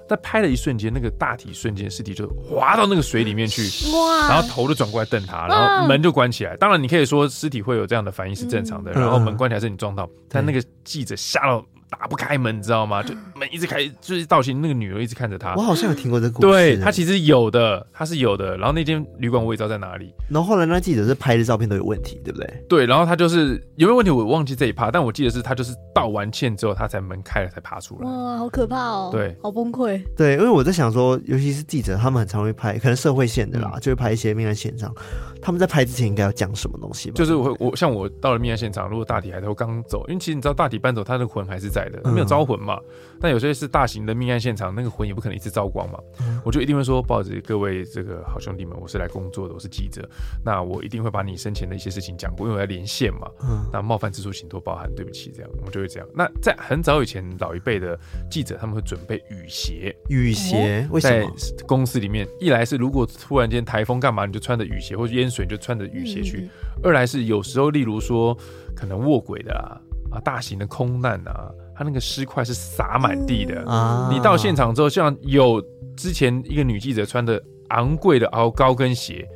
在拍的一瞬间，那个大体瞬间尸体就滑到那个水里面去，哇，然后头就转过来瞪他，然后门就关起来。当然，你可以说尸体会有这样的反应是正常的，嗯然后门关起来是你撞到，但那个记者吓到打不开门，你知道吗？就门一直开，就是道歉，那个女的一直看着他我。好像有听过这故事，对他其实有的，他是有的。然后那间旅馆我也知道在哪里，然后后来那记者是拍的照片都有问题，对不对？对，然后他就是有没有问题，我忘记这一趴，但我记得是他就是道完歉之后，他才门开了才爬出来。哇，好可怕哦，对好崩溃，对，因为我在想说，尤其是记者，他们很常会拍，可能社会线的啦，就会拍一些命案现场。他们在拍之前应该要讲什么东西吧？就是我我像我到了命案现场，如果大体还都刚走，因为其实你知道大体搬走，他的魂还是在的，嗯没有招魂嘛。但有些是大型的命案现场，那个魂也不可能一次招光嘛。嗯我就一定会说，不好意思，各位这个好兄弟们，我是来工作的，我是记者，那我一定会把你生前的一些事情讲过，因为我要连线嘛。嗯那冒犯之处请多包涵，对不起，这样我们就会这样。那在很早以前，老一辈的记者他们会准备雨鞋，雨鞋、为什在么？公司里面，一来是如果突然间台风干嘛，你就穿着雨鞋，或者淹水你就穿着雨鞋去；嗯二来是有时候，例如说可能卧轨的啊，啊大型的空难啊，它那个尸块是洒满地的。嗯啊你到现场之后，像有之前一个女记者穿的昂贵的熬高跟鞋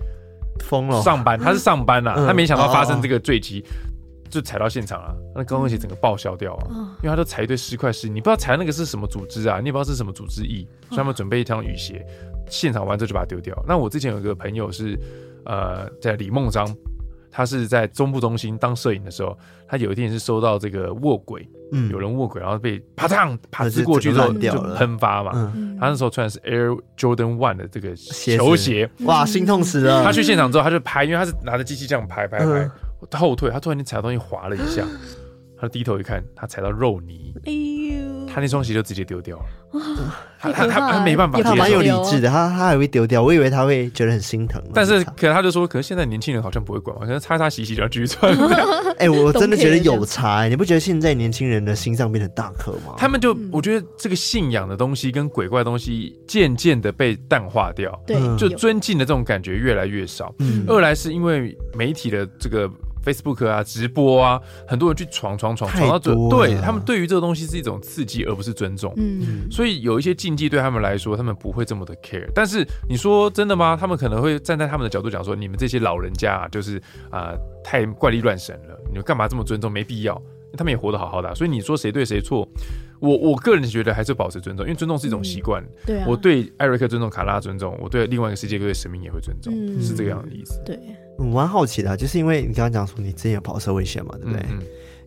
疯了，上班，她是上班啊，哦嗯她没想到发生这个坠机，就踩到现场啊，那高跟鞋整个报销掉啊。啊，因为他都踩一堆石块石，你不知道踩那个是什么组织啊，你也不知道是什么组织意，嗯所以他们准备一双雨鞋，现场完之后就把它丢掉。那我之前有一个朋友是，呃，在李梦章，他是在中部中心当摄影的时候，他有一天是收到这个卧轨，嗯有人卧轨，然后被啪嗒啪那呲就过去之后整个烂就掉了喷发嘛。嗯，嗯他那时候穿的是 Air Jordan One 的这个鞋子球鞋，哇，心痛死了。他去现场之后他就拍，因为他是拿着机器这样拍拍拍嗯，他后退，他突然间踩到东西滑了一下，他低头一看，他踩到肉泥。哎呦，他那双鞋就直接丢掉了，太可他他怕他了他没办法也他接蛮有受。理智的，他他还会丢掉，我以为他会觉得很心疼。啊但是，那可能他就说，可是现在年轻人好像不会管嘛，可能擦擦洗洗就要继续 穿。个哎、我真的觉得 Don't care 有差、你不觉得现在年轻人的心脏变得大颗吗？他们就嗯我觉得这个信仰的东西跟鬼怪的东西渐渐的被淡化掉，对嗯，就有尊敬的这种感觉越来越少。嗯二来是因为媒体的这个 Facebook 啊、直播啊，很多人去闯闯闯闯太到最多，了对他们对于这个东西是一种刺激，而不是尊重。嗯，所以有一些禁忌对他们来说，他们不会这么的 care。但是你说真的吗？他们可能会站在他们的角度讲说，你们这些老人家啊，就是啊、呃太怪力乱神了，你们干嘛这么尊重？没必要，他们也活得好好的啊、所以你说谁对谁错，我我个人觉得还是保持尊重，因为尊重是一种习惯。对嗯啊，我对艾瑞克尊重，卡拉尊重，我对另外一个世界各位神明也会尊重，嗯是这个样的意思。对，我蛮好奇的啊、就是因为你刚刚讲说你之前有跑社会线嘛，对不对？嗯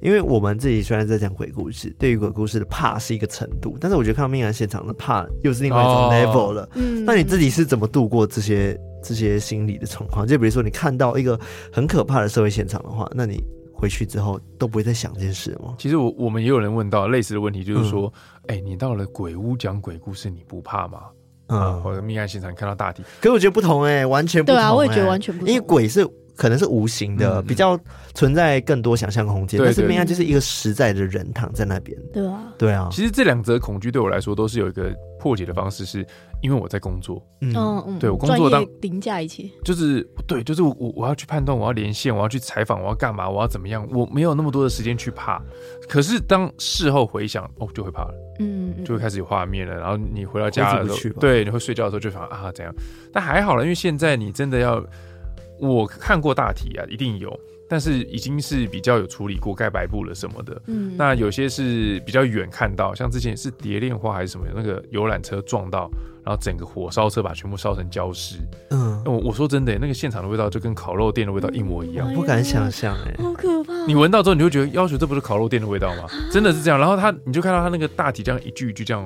因为我们自己虽然在讲鬼故事，对于鬼故事的怕是一个程度，但是我觉得看到命案现场的怕又是另外一种哦 level 了。嗯，那你自己是怎么度过这些这些心理的状况？就比如说你看到一个很可怕的社会现场的话，那你回去之后都不会再想这件事了吗？其实我我们也有人问到类似的问题，就是说，哎、你到了鬼屋讲鬼故事，你不怕吗？啊，嗯，或者命案现场看到大体，可是我觉得不同哎、完全不同、对欸。啊，我也觉得完全不同，因为鬼是可能是无形的，嗯比较存在更多想象空间，对但是对命案就是一个实在的人躺在那边。对啊，对啊，其实这两则恐惧对我来说都是有一个破解的方式，是因为我在工作，嗯嗯嗯，对我工专作业当凌驾一切，就是对，就是我我我要去判断，我要连线，我要去采访，我要干嘛，我要怎么样，我没有那么多的时间去怕。可是当事后回想，哦，就会怕了，嗯，嗯就会开始有画面了。然后你回到家的挥之不时去候，吧对，你会睡觉的时候就想啊怎样，但还好了，因为现在你真的要，我看过大体啊，一定有。但是已经是比较有处理过盖白布了什么的。嗯，那有些是比较远看到，像之前是蝶恋花还是什么，那个游览车撞到，然后整个火烧车把全部烧成焦尸。嗯，我我说真的，那个现场的味道就跟烤肉店的味道一模一样我嗯。不敢想象哎、好可怕，你闻到之后，你就觉得，要求这不是烤肉店的味道吗？真的是这样。然后他，你就看到他那个大体这样一句一句这样，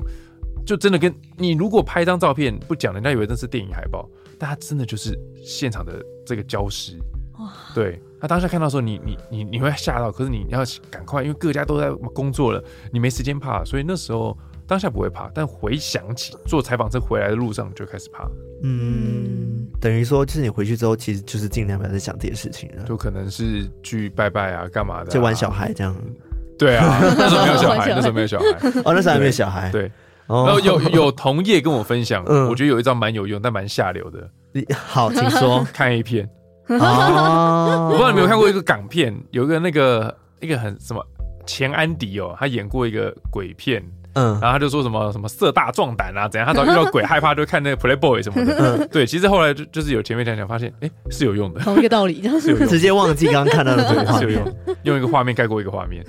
就真的跟你如果拍一张照片不讲，人家以为那是电影海报，但他真的就是现场的这个焦尸。哇，对他当下看到的时候，你你你你会吓到，可是你要赶快，因为各家都在工作了，你没时间怕，所以那时候当下不会怕，但回想起坐采访车回来的路上就开始怕，嗯，等于说就是你回去之后，其实就是尽量不要再想这些事情了，就可能是去拜拜啊，干嘛的、啊，就玩小。孩 这样。对啊，那时候没有小玩小孩孩，那时候没有小孩。哦，那时候还没有小孩。对，然哦后，有有同业跟我分享，嗯我觉得有一张蛮有用，但蛮下流的，。你好，请说 看 A 片。哦我不知道你有没有看过一个港片，有一个那个一个很什么钱安迪哦，他演过一个鬼片，嗯然后他就说什么什么色大壮胆啊，怎样？他只要遇到鬼害怕，就看那个 Playboy 什么嗯的。对，其实后来就就是有前面讲讲，发现哎、诶是有用的，同一个道理，嗯这样 是有用直的。接忘记刚刚看到的鬼话 是有。用的，用一个画面盖过一个画 面。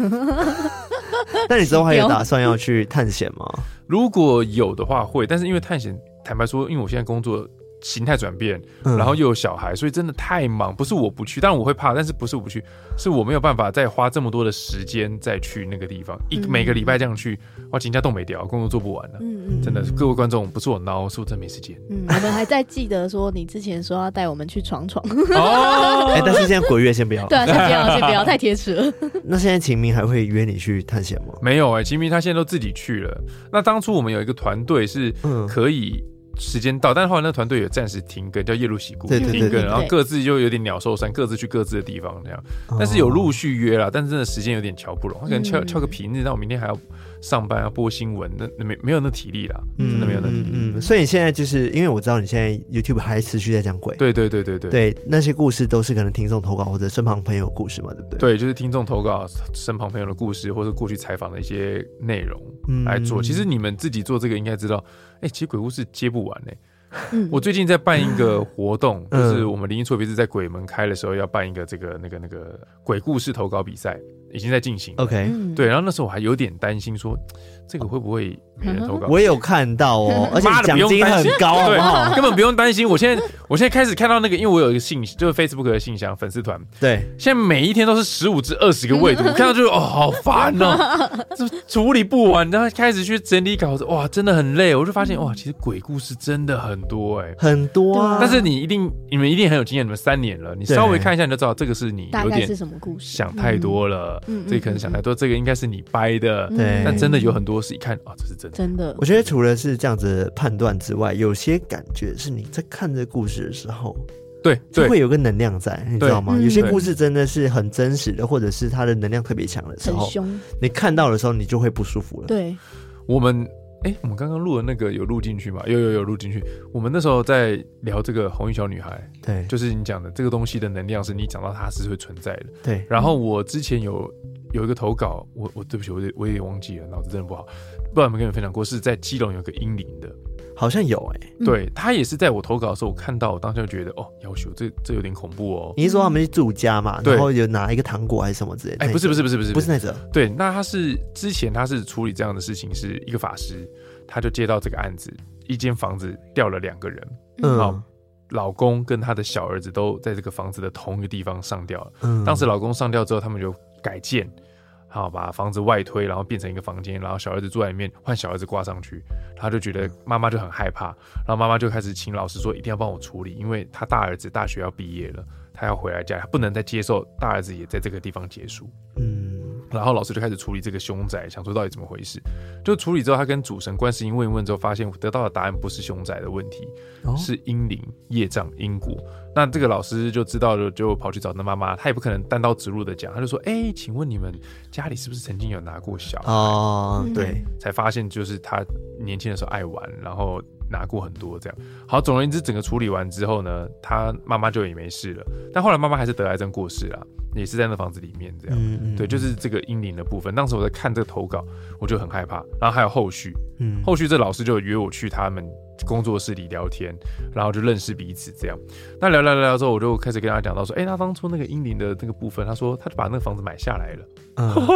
那你之后还有打算要去探险吗？如果有的话会，但是因为探险，坦白说，因为我现在工作形态转变，嗯然后又有小孩，所以真的太忙。不是我不去，但我会怕，但是不是我不去，是我没有办法再花这么多的时间再去那个地方。一嗯每个礼拜这样去，哇，请假都没掉，工作做不完了。啊嗯嗯真的，各位观众，不是我孬，是我真的没 时间嗯，我们还在记得说你之前说要带我们去闯 闯，哦。哎，但是现在鬼月先不要对。啊，先不 要，先不要，太贴齿了。那现在秦明还会约你去探险吗？没有哎、秦明他现在都自己去了。那当初我们有一个团队是嗯可以时间到，但是后来那团队也暂时停更，叫夜路喜故对对停对更，对然后对各自就有点鸟兽散，各自去各自的地方这样。嗯但是有陆续约啦，但是真的时间有点瞧不拢，他可能翘嗯翘个平日，那我明天还要上班要播新闻，那那没没有那体力啦，真的没有那体力。嗯嗯，所以你现在就是因为我知道你现在 YouTube 还持续在讲鬼，对对对对对。对，那些故事都是可能听众投稿或者身旁朋友的故事嘛，对不对？，对，就是听众投稿身旁朋友的故事，或是过去采访的一些内容嗯来做。其实你们自己做这个应该知道，哎、其实鬼故事接不完呢、嗯，我最近在办一个活动，就嗯是我们灵异错别字在鬼门开的时候要办一个这个那个那个鬼故事投稿比赛，已经在进行了。 OK，嗯对，然后那时候我还有点担心说，这个会不会没人投稿？我有看到哦，而且嗯妈的奖金很高，哦哦好对不好？， 根本不用担心。我现在我现在开始看到那个，因为我有一个信，就是 Facebook 的信箱粉丝团，对，现在每一天都是十五至二十个嗯未读，看到就哦好烦哦， 这处理不完，然后开始去整理稿子，哇，真的很累。我就发嗯现哇，其实鬼故事真的很多哎、很多啊。但是你一定，你们一定很有经验，你们三年了，你稍微对看一下你就知道，这个是你大有概点是什么故事？想太多了，嗯嗯嗯这个可能想太多，这个应该是你掰的，嗯，对但真的有很多是一看啊，这是真的。真的我，觉得除了是这样子的判断之外，有些感觉是你在看这故事的时候，对就对，会有个能量在，你知道吗？嗯有些故事真的是很真实的，或者是它的能量特别强的时很候，凶，你看到的时候你就会不舒服了。对，我们哎、我们刚刚录的那个有录进去吗？有有有录进去。我们那时候在聊这个红衣小女孩，对就是你讲的这个东西的能量，是你讲到它是会存在的。对，然后我之前有有一个投稿，我我对不起，我有我有点忘记了，脑子真的不好。不知道有没有跟你们分享过，是在基隆有个阴灵的，好像有哎、嗯对他也是在我投稿的时候，我看到，我当时就觉得哦，要求这这有点恐怖哦。你是说他们去住家嘛，对然后有拿一个糖果还是什么之类的？哎，不是不是不是不是不是那种，对，那他是之前他是处理这样的事情，是一个法师，他就接到这个案子，一间房子掉了两个人，嗯好老公跟他的小儿子都在这个房子的同一个地方上吊了。嗯，当时老公上吊之后，他们就改建，好把房子外推，然后变成一个房间，然后小儿子住在里面，换小儿子挂上去。他就觉得妈妈就很害怕，然后妈妈就开始请老师说一定要帮我处理，因为他大儿子大学要毕业了，他要回来家，他不能再接受大儿子也在这个地方结束。嗯然后老师就开始处理这个凶宅，想说到底怎么回事。就处理之后，他跟主神观世音问一问之后，发现得到的答案不是凶宅的问题，哦是阴灵、业障、因果。那这个老师就知道了，就跑去找那妈妈，他也不可能单刀直入的讲，他就说：“哎、请问你们家里是不是曾经有拿过小孩？”哦嗯对，才发现就是他年轻的时候爱玩，然后拿过很多这样。好，总而言之，整个处理完之后呢，他妈妈就也没事了。但后来妈妈还是得癌症过世了，也是在那房子里面这样。嗯嗯，对，就是这个阴灵的部分。当时我在看这个投稿，我就很害怕。然后还有后续，嗯后续这老师就约我去他们工作室里聊天，然后就认识彼此这样。那聊聊聊聊之后，我就开始跟他讲到说，哎、他当初那个英灵的那个部分，他说他就把那个房子买下来了，嗯，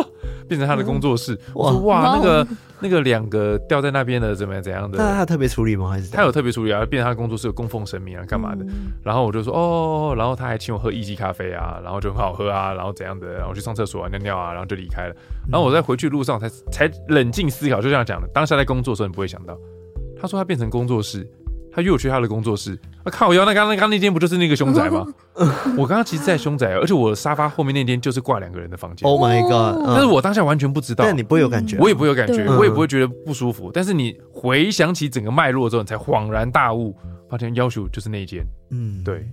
变成他的工作室。我哇说哇，哇那个那个两个掉在那边的怎么样怎样那 的，他特别处理吗？还是他有特别处理啊，变成他的工作室有供奉神明啊，干嘛的。嗯然后我就说哦，然后他还请我喝意式咖啡啊，然后就很好喝啊，然后怎样的，然后去上厕所啊、尿尿啊，然后就离开了。然后我在回去路上才才冷静思考，就这样讲的。当下在工作的时候，你不会想到，他说他变成工作室，他约我去他的工作室。啊靠腰！那刚刚刚那间不就是那个凶 宅吗？我刚刚其实在凶宅，而且我的沙发后面那间就是挂两个人的房间， ？Oh my god！哦嗯但是我当下完全不知道。但你不会有感觉，啊我也不会有感觉，对我也不会觉得不舒服。但是你回想起整个脉络之后，你才恍然大悟，发现要求就是那一间。嗯对。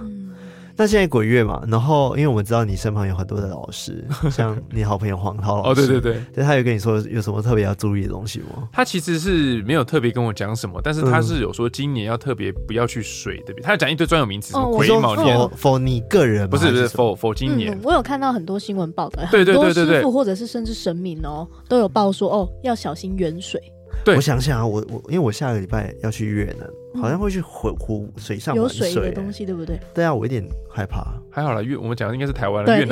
嗯那现在鬼月嘛，然后因为我们知道你身旁有很多的老 师，像你好朋友黄涛老师，哦，对对，对，对他有跟你说有什么特别要注意的东西吗？他其实是没有特别跟我讲什么，但是他嗯是有说今年要特别不要去水的，他有讲一堆专有名词，什么哦我癸说卯哦年，否否你个人吗不是不还是什么否否今年嗯，，我有看到很多新闻报道，对对对很多对对师傅或者是甚至神明哦，都有报说哦要小心远水，对我想想啊，我我因为我下个礼拜要去越南，好像会去湖湖水上嗯有玩水水的东欸。西对不对？对啊，我有点害 怕，还好啦，越我们讲的应该是台湾了，对越，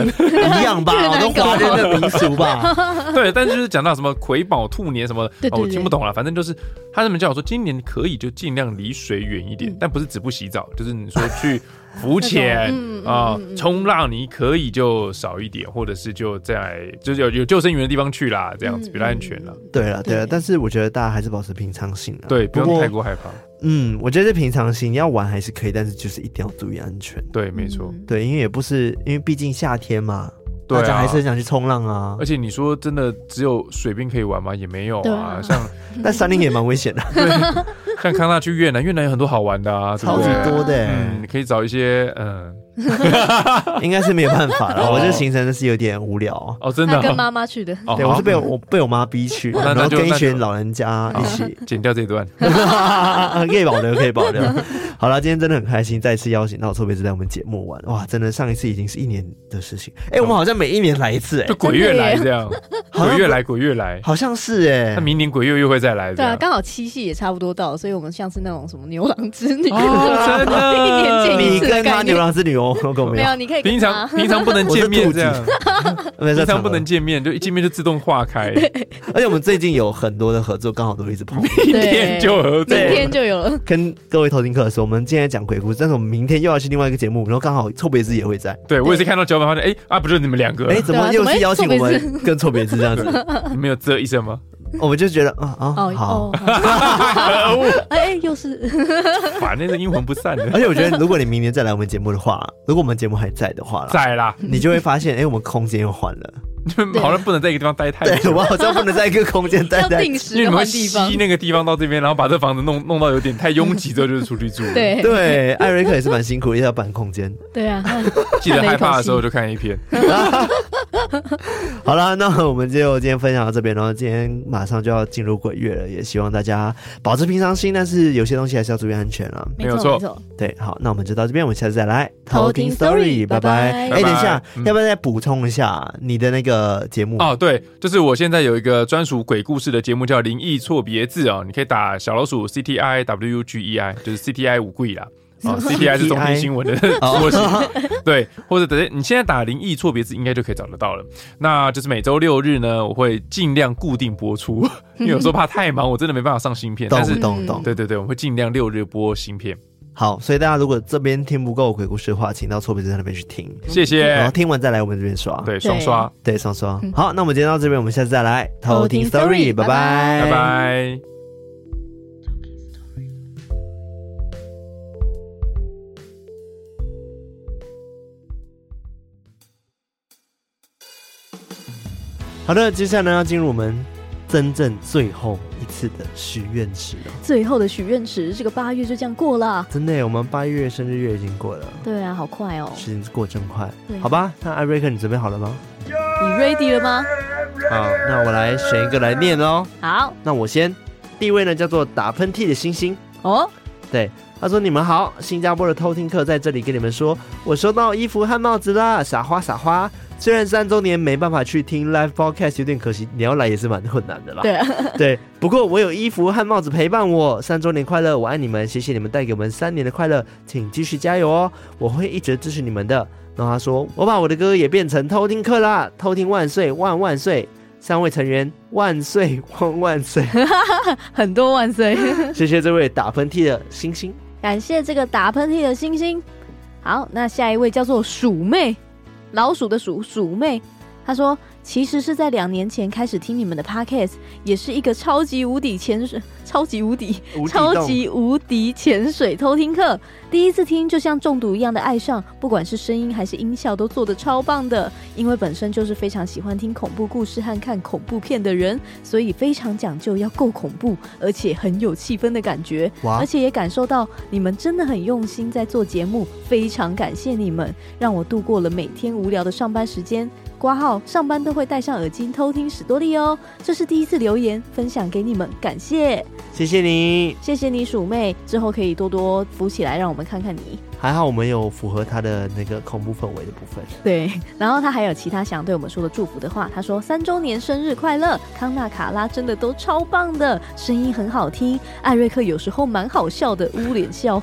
南一样吧，我都华人的民俗 吧。 对，但是就是讲到什么癸卯兔年什么的，对对哦我对听不懂了，反正就是他们叫我说今年可以就尽量离水远一点嗯，但不是只不洗澡，就是你说去浮潜嗯嗯啊嗯嗯、嗯冲浪，你可以就少一点，或者是就在就是有有救生员的地方去啦，这样嗯子比较安全啦。对了对了，对但是我觉得大家还是保持平常嗯心啊。对，不不用过太过害怕。嗯，我觉得是平常心，要玩还是可以，但是就是一定要注意安全。对，没错。嗯对，因为也不是因为毕竟夏天嘛，对啊哎大家还是很想去冲浪啊而。且你说真的，只有水边可以玩吗？也没有对啊，啊像但山林也蛮危险 啊的，像康纳去越南，越南有很多好玩的啊，对超不级对多的嗯，欸你，可以找一些嗯，应该是没有办法了。 哦我这行程是有点无聊。哦，真的他跟啊，妈妈 去的，哦对，好我是被我我被我妈逼去，那那然后就跟一那就哦群老人家一起， 剪掉这一段，可以保留，可以保留。好了，今天真的很开心，再次邀请到臭贝子在我们节目玩，哇，真的上一次已经是一年的事情，哎、我们好像每一年来一次、哎，就鬼月来 这样，好鬼像月来，鬼月来，好像是哎、那明年鬼月又会再来这对啊，样。刚好七夕也差不多到了，所以我们像是那种什么牛郎织女，哦，真 一年见的，你一次的跟他概牛念。郎织女哦，我跟我没没有，有，你可以跟平常他平常不能见面这样我，没有平在常场不能了，见面，就一见面就自动化开，明而且我们最近有很多的合作，刚好都一直碰。天就合作明。天就有了，跟各位偷听客说，我们今天讲鬼故事，但是我们明天又要去另外一个节目，然后刚好臭贝子也会在，对我也是看到脚本发现，哎啊，不就是你们两个哎、？怎对么啊又怎么是邀请我臭们跟臭贝子这样子？ 你们有这一声吗？我们就觉得啊啊、哦好，哦，好 哎，又是反正是阴魂不散 的，而且我觉得，如果你明年再来我们节目的话，如果我们节目还在的话啦，在啦，你就会发现，哎、我们空间又换 了。就好像不能在一个地方待太久对，。我好像不能在一个空间待 要待。定因为时你的们会换地方吸，那个地方到这边，然后把这房子弄弄到有点太拥挤之后，就是出去住。， 对对，艾瑞克也是蛮辛苦，也要搬空间。 对啊，记得害怕的时候就看 A 片。好啦，那我们就今天分享到这边，然后今天马上就要进入鬼月了，也希望大家保持平常心，但是有些东西还是要注意安全啊。没有错没错，对，好，那我们就到这边，我们下次再来偷听 story，拜拜拜拜。哎、拜拜等一下，嗯要不要再补充一下你的那个节目？哦，对，就是我现在有一个专属鬼故事的节目叫《灵异错别字》哦，你可以打小老鼠 C T I W G E I，就是 C T I 五贵啦。哦，C T I 哦是中天新 闻的缩写，对，或者等你现在打“灵异错别字”应该就可以找得到了。那就是每周六日呢，我会尽量固定播出， 因为有时候怕太忙，我真的没办法上新片。但懂是，懂嗯懂。对对对，我会尽量六日播新片。好，所以大家如果这边听不够鬼故事的话，请到错别字那边去听，谢然后谢，听完再来我们这边刷。对，双刷。对，双双。好，那我们今天到这边，我们下次再来偷嗯偷听听 story， story，拜拜拜拜。好的，接下来呢要进入我们真正最后一次的许愿池了。最后的许愿池，这个八月就这样过了，真的耶，我们八月生日月已经过了，对啊，好快哦，时间过真快对。啊好吧，那艾瑞克，你准备好了吗？你 ready 了吗？好，那我来选一个来念哦。好，那我先，第一位呢叫做打喷嚏的星星，哦，对，他说：“你们好，新加坡的偷听客在这里跟你们说，我收到衣服和帽子啦，傻花傻花。虽然三周年没办法去听 live podcast 有点可惜，你要来也是蛮 困难的啦。对啊，对，不过我有衣服和帽子陪伴我，三周年快乐，我爱你们，谢谢你们带给我们三年的快乐，请继续加油哦，我会一直支持你们的。”然后他说：“我把我的歌也变成偷听客啦，偷听万岁万万岁，三位成员万岁万万岁，很多万岁，谢谢这位打喷嚏的星星。”感谢这个打喷嚏的星星。好，那下一位叫做鼠妹，老鼠的鼠鼠妹，她说其实是在两年前开始听你们的 podcast，也是一个超级无敌潜水，超级无敌无底洞超级无敌潜水偷听课，第一次听就像中毒一样的爱上，不管是声音还是音效都做得超棒的。因为本身就是非常喜欢听恐怖故事和看恐怖片的人，所以非常讲究要够恐怖，而且很有气氛的感觉。哇而且也感受到你们真的很用心在做节目，非常感谢你们，让我度过了每天无聊的上班时间。挂号上班都会戴上耳机偷听史多利哦，这是第一次留言分享给你们，感谢。谢谢你，谢谢你鼠妹，之后可以多多扶起来，让我们看看你。还好我们有符合他的那个恐怖氛围的部 分。对，然后他还有其他想对我们说的祝福的话，他说三周年生日快乐，康纳卡拉真的都超棒的，声音很好听，艾瑞克有时候蛮好笑的，捂脸笑。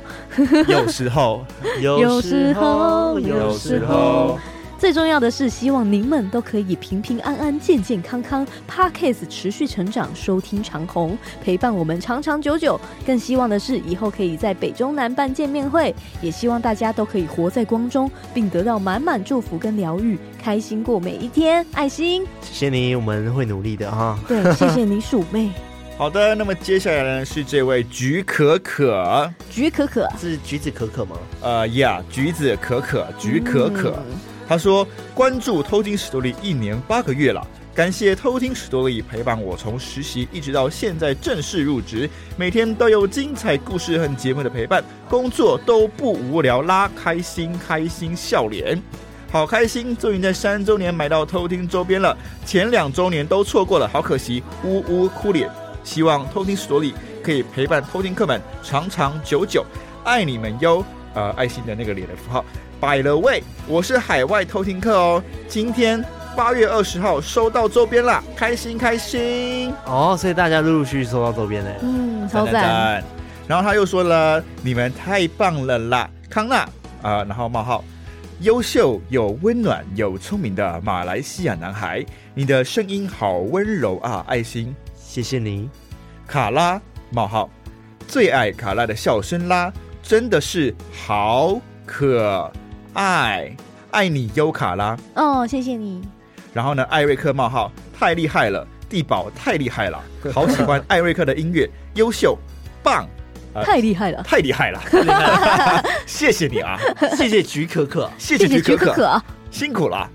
有时候，有时候有时候，最重要的是，希望您们都可以平平安安、健健康康，Podcast 持续成长，收听长虹，陪伴我们长长久久。更希望的是，以后可以在北中南办见面会，也希望大家都可以活在光中，并得到满满祝福跟疗愈，开心过每一天。爱心，谢谢你，我们会努力的哈。对，谢谢你，鼠妹好的，那么接下来呢是这位菊可可，菊可可，是橘子可可吗？呃呀，橘子可可，菊可可，嗯他说关注偷听史多利一年八个月了。感谢偷听史多利陪伴我从实习一直到现在正式入职，每天都有精彩故事和节目的陪伴，工作都不无聊啦，开心开心笑脸，好开心！终于在三周年买到偷听周边了，前两周年都错过了，好可惜，呜呜哭脸。希望偷听史多利可以陪伴偷听客们长长久久，爱你们哟！呃，爱心的那个脸的符号。By the way，我是海外偷听客哦，今天八月二十号收到周边啦，开心开心！哦，所以大家陆陆续续收到周边嘞。嗯，超赞，！然后他又说了，你们太棒了啦，康纳啊、呃然后冒号。优秀又温暖又聪明的马来西亚男孩，你的声音好温柔啊！爱心谢谢你，卡拉冒号，最爱卡拉的笑声啦，真的是好可爱，爱你优卡拉。哦，谢谢你，然后呢，艾瑞克冒号太厉害了，地宝太厉 害了，好喜欢艾瑞克的音乐，优秀，棒，呃太厉害了，太厉害了， 谢谢你啊，谢谢橘可可。谢谢谢谢菊菊可可可，可啊，辛苦了。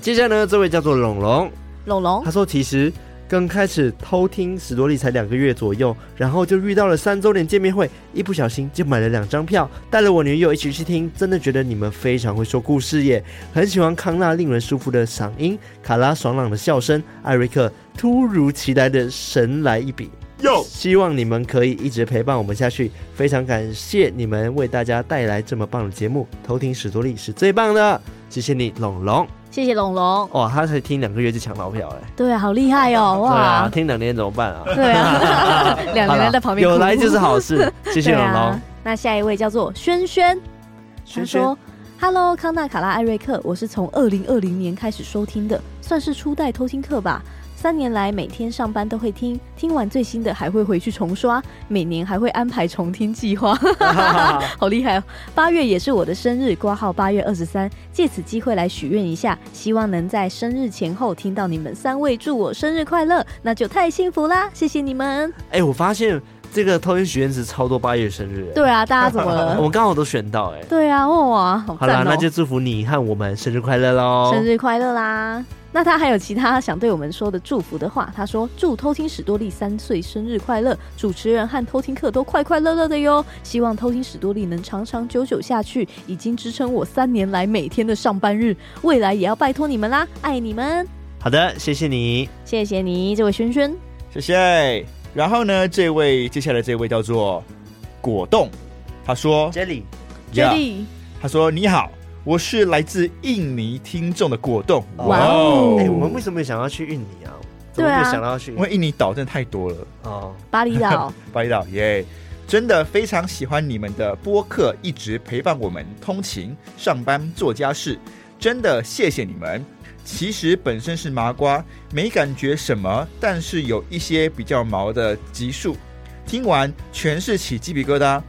接下来呢，这位叫做龙龙，龙龙他，说其实刚开始偷听史多利才两个月左右，然后就遇到了三周年见面会，一不小心就买了两张票，带了我女友一起去听，真的觉得你们非常会说故事耶，很喜欢康纳令人舒服的嗓音，卡拉爽朗的笑声，艾瑞克突如其来的神来一笔。哟，希望你们可以一直陪伴我们下去，非常感谢你们为大家带来这么棒的节目，偷听史多利是最棒的，谢谢你，龙龙。谢谢龙龙，哇，他才听两个月就抢到票哎、对啊，好厉害哦，对啊，哇，听两年怎么办啊？对 啊，两个好啦人在旁边哭有来就是好 事，谢谢对龙龙。啊。那下一位叫做轩轩，他轩轩说：“Hello，康纳、卡拉、艾瑞克，我是从二零二零年开始收听的，算是初代偷听客吧。三年来，每天上班都会听，听完最新的还会回去重刷，每年还会安排重听 计划。”好厉害哦！八月也是我的生日，挂号八月二十三，借此机会来许愿一下，希望能在生日前后听到你们三位祝我生日快乐，那就太幸福啦！谢谢你们。哎、我发现这个偷天许愿池超多八月生日、哎，对啊，大家怎么我 了？们刚好都选到哎、对啊，哇，好好赞啦，哦！那就祝福你和我们生日快乐喽！生日快乐哦啦！那他还有其他想对我们说的祝福的话，他说：“祝偷听史多利三岁生日快乐，主持人和偷听客都快快乐乐的哟！希望偷听史多利能长长久久下去，已经支撑我三年来每天的上班日，未来也要拜托你们啦，爱你们！好的，谢谢你。谢谢你，这位轩轩。谢谢。然后呢，这位接下来这位叫做果冻，他说 Jelly， Jelly，他说你好，我是来自印尼听众的果冻。哇哦哎、我们为什么想要去印尼啊？怎么对啊没有想到要去因？为印尼岛真的太多了，哦，巴厘 岛，巴厘岛耶。真的非常喜欢你们的播客，一直陪伴我们通勤、上班、做家事，真的谢谢你们。其实本身是麻瓜，没感觉什么，但是有一些比较毛的集数，听完全是起鸡皮疙瘩。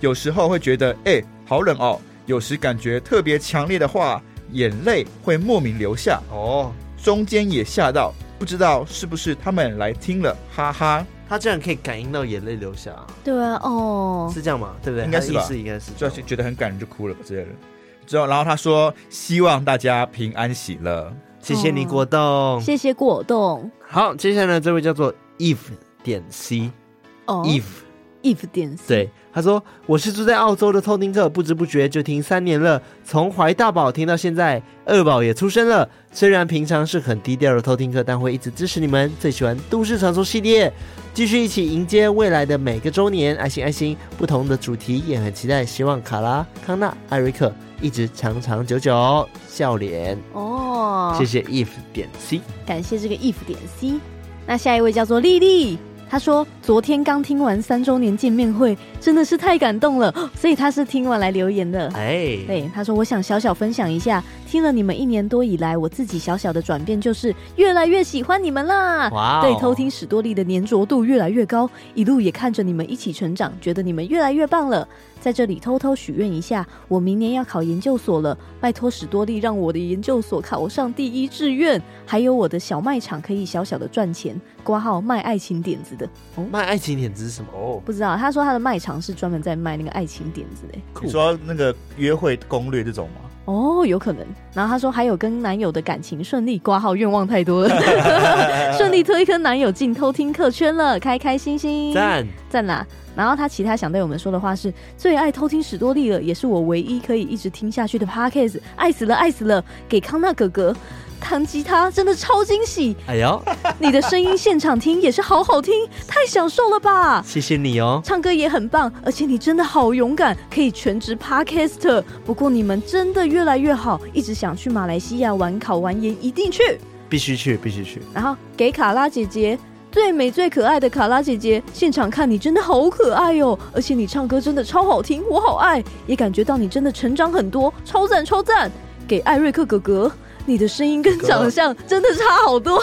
有时候会觉得哎、好冷哦，有时感觉特别强烈的话，眼泪会莫名流下。哦，中间也吓到，不知道是不是他们来听了，哈哈。他竟然可以感应到眼泪流下，对啊，哦，是这样吗？对不对？应该是吧他的意思应该是这就样觉得很感人就哭了之类的。之后，然后他说希望大家平安喜乐。谢谢你，果冻。哦谢谢果冻，好，接下来呢，这位叫做 Eve 点 C、哦 Eve， if 点 C，对，他说我是住在澳洲的偷听客，不知不觉就听三年了，从怀大宝听到现在，二宝也出生了。虽然平常是很低调的偷听客，但会一直支持你们。最喜欢都市传说系列，继续一起迎接未来的每个周年，爱心爱心，不同的主题也很期待。希望卡拉、康纳、艾瑞克一直长长久久，笑脸。哦，谢谢 if 点 c，感谢这个 if 点 c。那下一位叫做丽丽，她说昨天刚听完三周年见面会，真的是太感动了，所以她是听完来留言的。哎，对，她说我想小小分享一下，听了你们一年多以来，我自己小小的转变就是越来越喜欢你们啦。哇哦对偷听史多利的粘着度越来越高，一路也看着你们一起成长，觉得你们越来越棒了。在这里偷偷许愿一下，我明年要考研究所了，拜托史多利让我的研究所考上第一志愿，还有我的小卖场可以小小的赚钱，挂号卖爱情点子的。卖爱情点子是什么？哦，不知道他说他的卖场是专门在卖那个爱情点子的。酷你说那个约会攻略这种 吗？哦，有可能。然后她说还有跟男友的感情顺利，挂号愿望太多了， 顺利推坑男友进偷听客圈了，开开心心，赞，赞啦。然后她其他想对我们说的话是：最爱偷听史多利了，也是我唯一可以一直听下去的 podcast，爱死了，爱死了！给康纳哥哥弹吉他真的超惊喜，哎呦，你的声音现场听也是好好听，太享受了吧！谢谢你哦。唱歌也很棒，而且你真的好勇敢，可以全职 podcaster。不过你们真的越来越好，一直想去马来西亚玩，考完研一定去。必须去，必须去。然后给卡拉姐姐最美最可爱的卡拉姐姐，现场看你真的好可爱哦，而且你唱歌真的超好听，我好爱，也感觉到你真的成长很多，超赞超赞。给艾瑞克哥哥，你的声音跟长相真的差好多。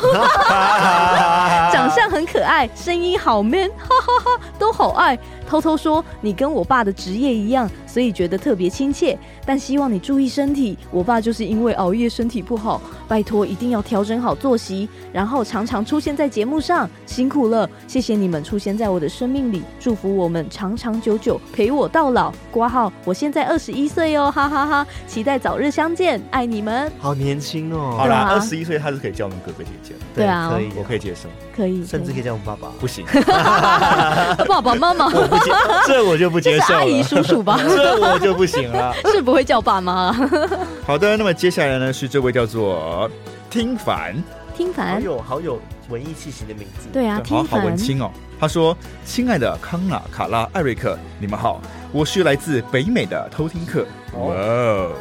长相很可爱，声音好 man，哈哈哈都好爱。偷偷说，你跟我爸的职业一样，所以觉得特别亲切。但希望你注意身体，我爸就是因为熬夜身体不好，拜托一定要调整好作息，然后常常出现在节目上，辛苦了，谢谢你们出现在我的生命里，祝福我们长长久久，陪我到老。挂号，我现在二十一岁哦，哈哈哈，期待早日相见，爱你们。好年轻好哦，啦，对啊二十一岁他是可以叫我们哥哥姐姐的，对啊可以，我可以，接受，可以， 甚至可以叫我们爸爸。不行，爸爸妈 妈， 我不接，这我就不这接是受阿姨了，？叔叔吧这我就不行了。 是不会叫爸妈、啊。 好的，那么接下来呢是这位叫做听凡，听好凡，有好有文艺气息的名字。，对啊，好听好文凡，青哦。他说：“亲爱的康纳、卡拉、艾瑞克，你们好，我是来自北美的偷听客。哇哦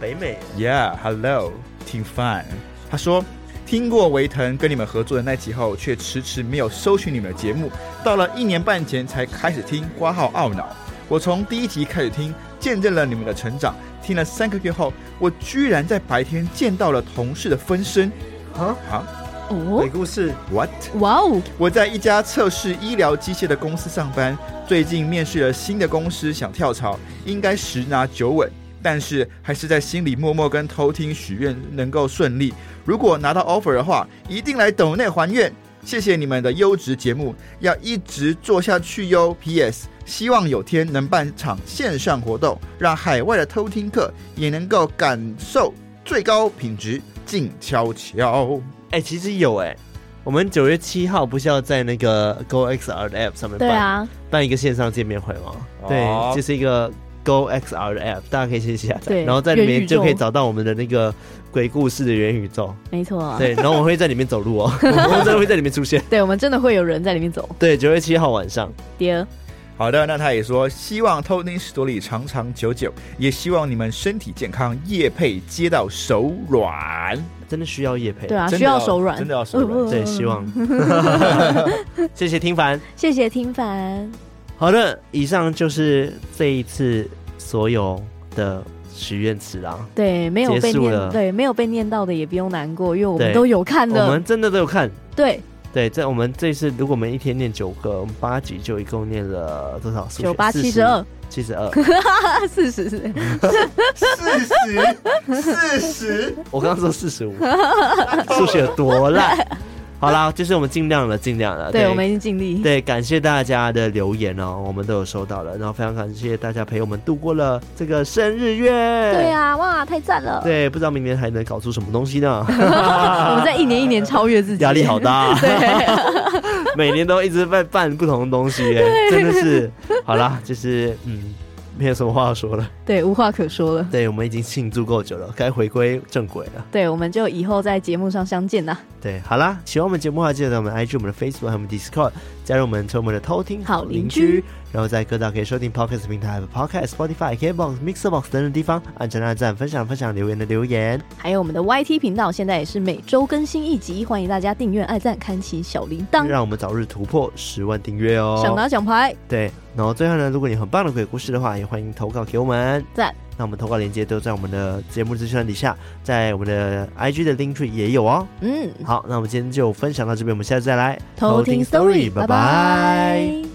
北美，Yeah，Hello，挺 fun。”他说：“听过维腾跟你们合作的那集后，却迟迟没有搜寻你们的节目，到了一年半前才开始听，挂号懊恼。我从第一集开始听，见证了你们的成长。听了三个月后，我居然在白天见到了同事的分身啊，啊哦鬼，故事！What？” 哇哦，我在一家测试医疗机械的公司上班，最近面试了新的公司，想跳槽，应该十拿九稳，但是还是在心里默默跟偷听许愿能够顺利。如果拿到 offer 的话，一定来抖内还愿。谢谢你们的优质节目，要一直做下去哟。P.S. 希望有天能办场线上活动，让海外的偷听客也能够感受最高品质。静悄悄，哎、其实有哎、我们九月七号不是要在那个 Go XR 的 App 上面对办、啊，办一个线上见面会吗？哦对，就是一个 Go XR 的 App，大家可以先下载，对然后在里元宇面宙就可以找到我们的那个鬼故事的元宇宙。没错，对，然后我会在里面走路 哦，我们真的会在里面出现。对，我们真的会有人在里面走。对，九月七号晚上，第二，好的，那他也说，希望偷听史多里长长久久，也希望你们身体健康，夜配接到手软。真的需要夜配。对啊，真的需要要手软，嗯真的要手软对，希望。 谢谢听凡。嗯谢谢听凡，好的，以上就是这一次所有的许愿词啦。对，没有被结束念，了对，没有被念到的也不用难过，因为我们对都有看我的们，真的都有看。对，对，在我们这次，如果我们一天念九个，我们八集就一共念了多少数学？九八七十二，七十二。 四十是，四十，四十，我刚刚说四 十五，数学有多烂。好啦，就是我们尽量了，尽量了。对，我们已经尽力，对，感谢大家的留言哦，我们都有收到了，然后非常感谢大家陪我们度过了这个生日月。对啊，哇，太赞了，对，不知道明年还能搞出什么东西呢？我们在一年一年超越自己，压力好，大， 啊对， 每年都一直在办不同的东 西耶，真的是。好啦，就是嗯，没有什么话要说了。 对，无话可说了，对，我们已经庆祝够久了，该回归正轨了。对，我们就以后在节目上相见啊呐，对，好啦，喜欢我们节目的话，记得在我们 IG、我们的 Facebook 还有我们 Discord 加入我们成为我们的偷听好好邻邻居居，然后在各大可以收听 Podcast 平台、还有 Podcast、Spotify、KBox、Mixbox 等等地方按赞、按赞、分享、分享、留言的留言。还有我们的 YT 频道，现在也是每周更新一集，欢迎大家订阅、爱赞、开启小铃铛，让我们早日突破十万订阅哦！想拿奖牌，对，然后最后呢，如果你有很棒的鬼故事的话，也欢迎投稿给我们。赞！那我们投稿链接都在我们的节目资讯栏底下，在我们的 IG 的 link tree 也有哦。嗯，好，那我们今天就分享到这边，我们下次再来偷听 story，拜拜。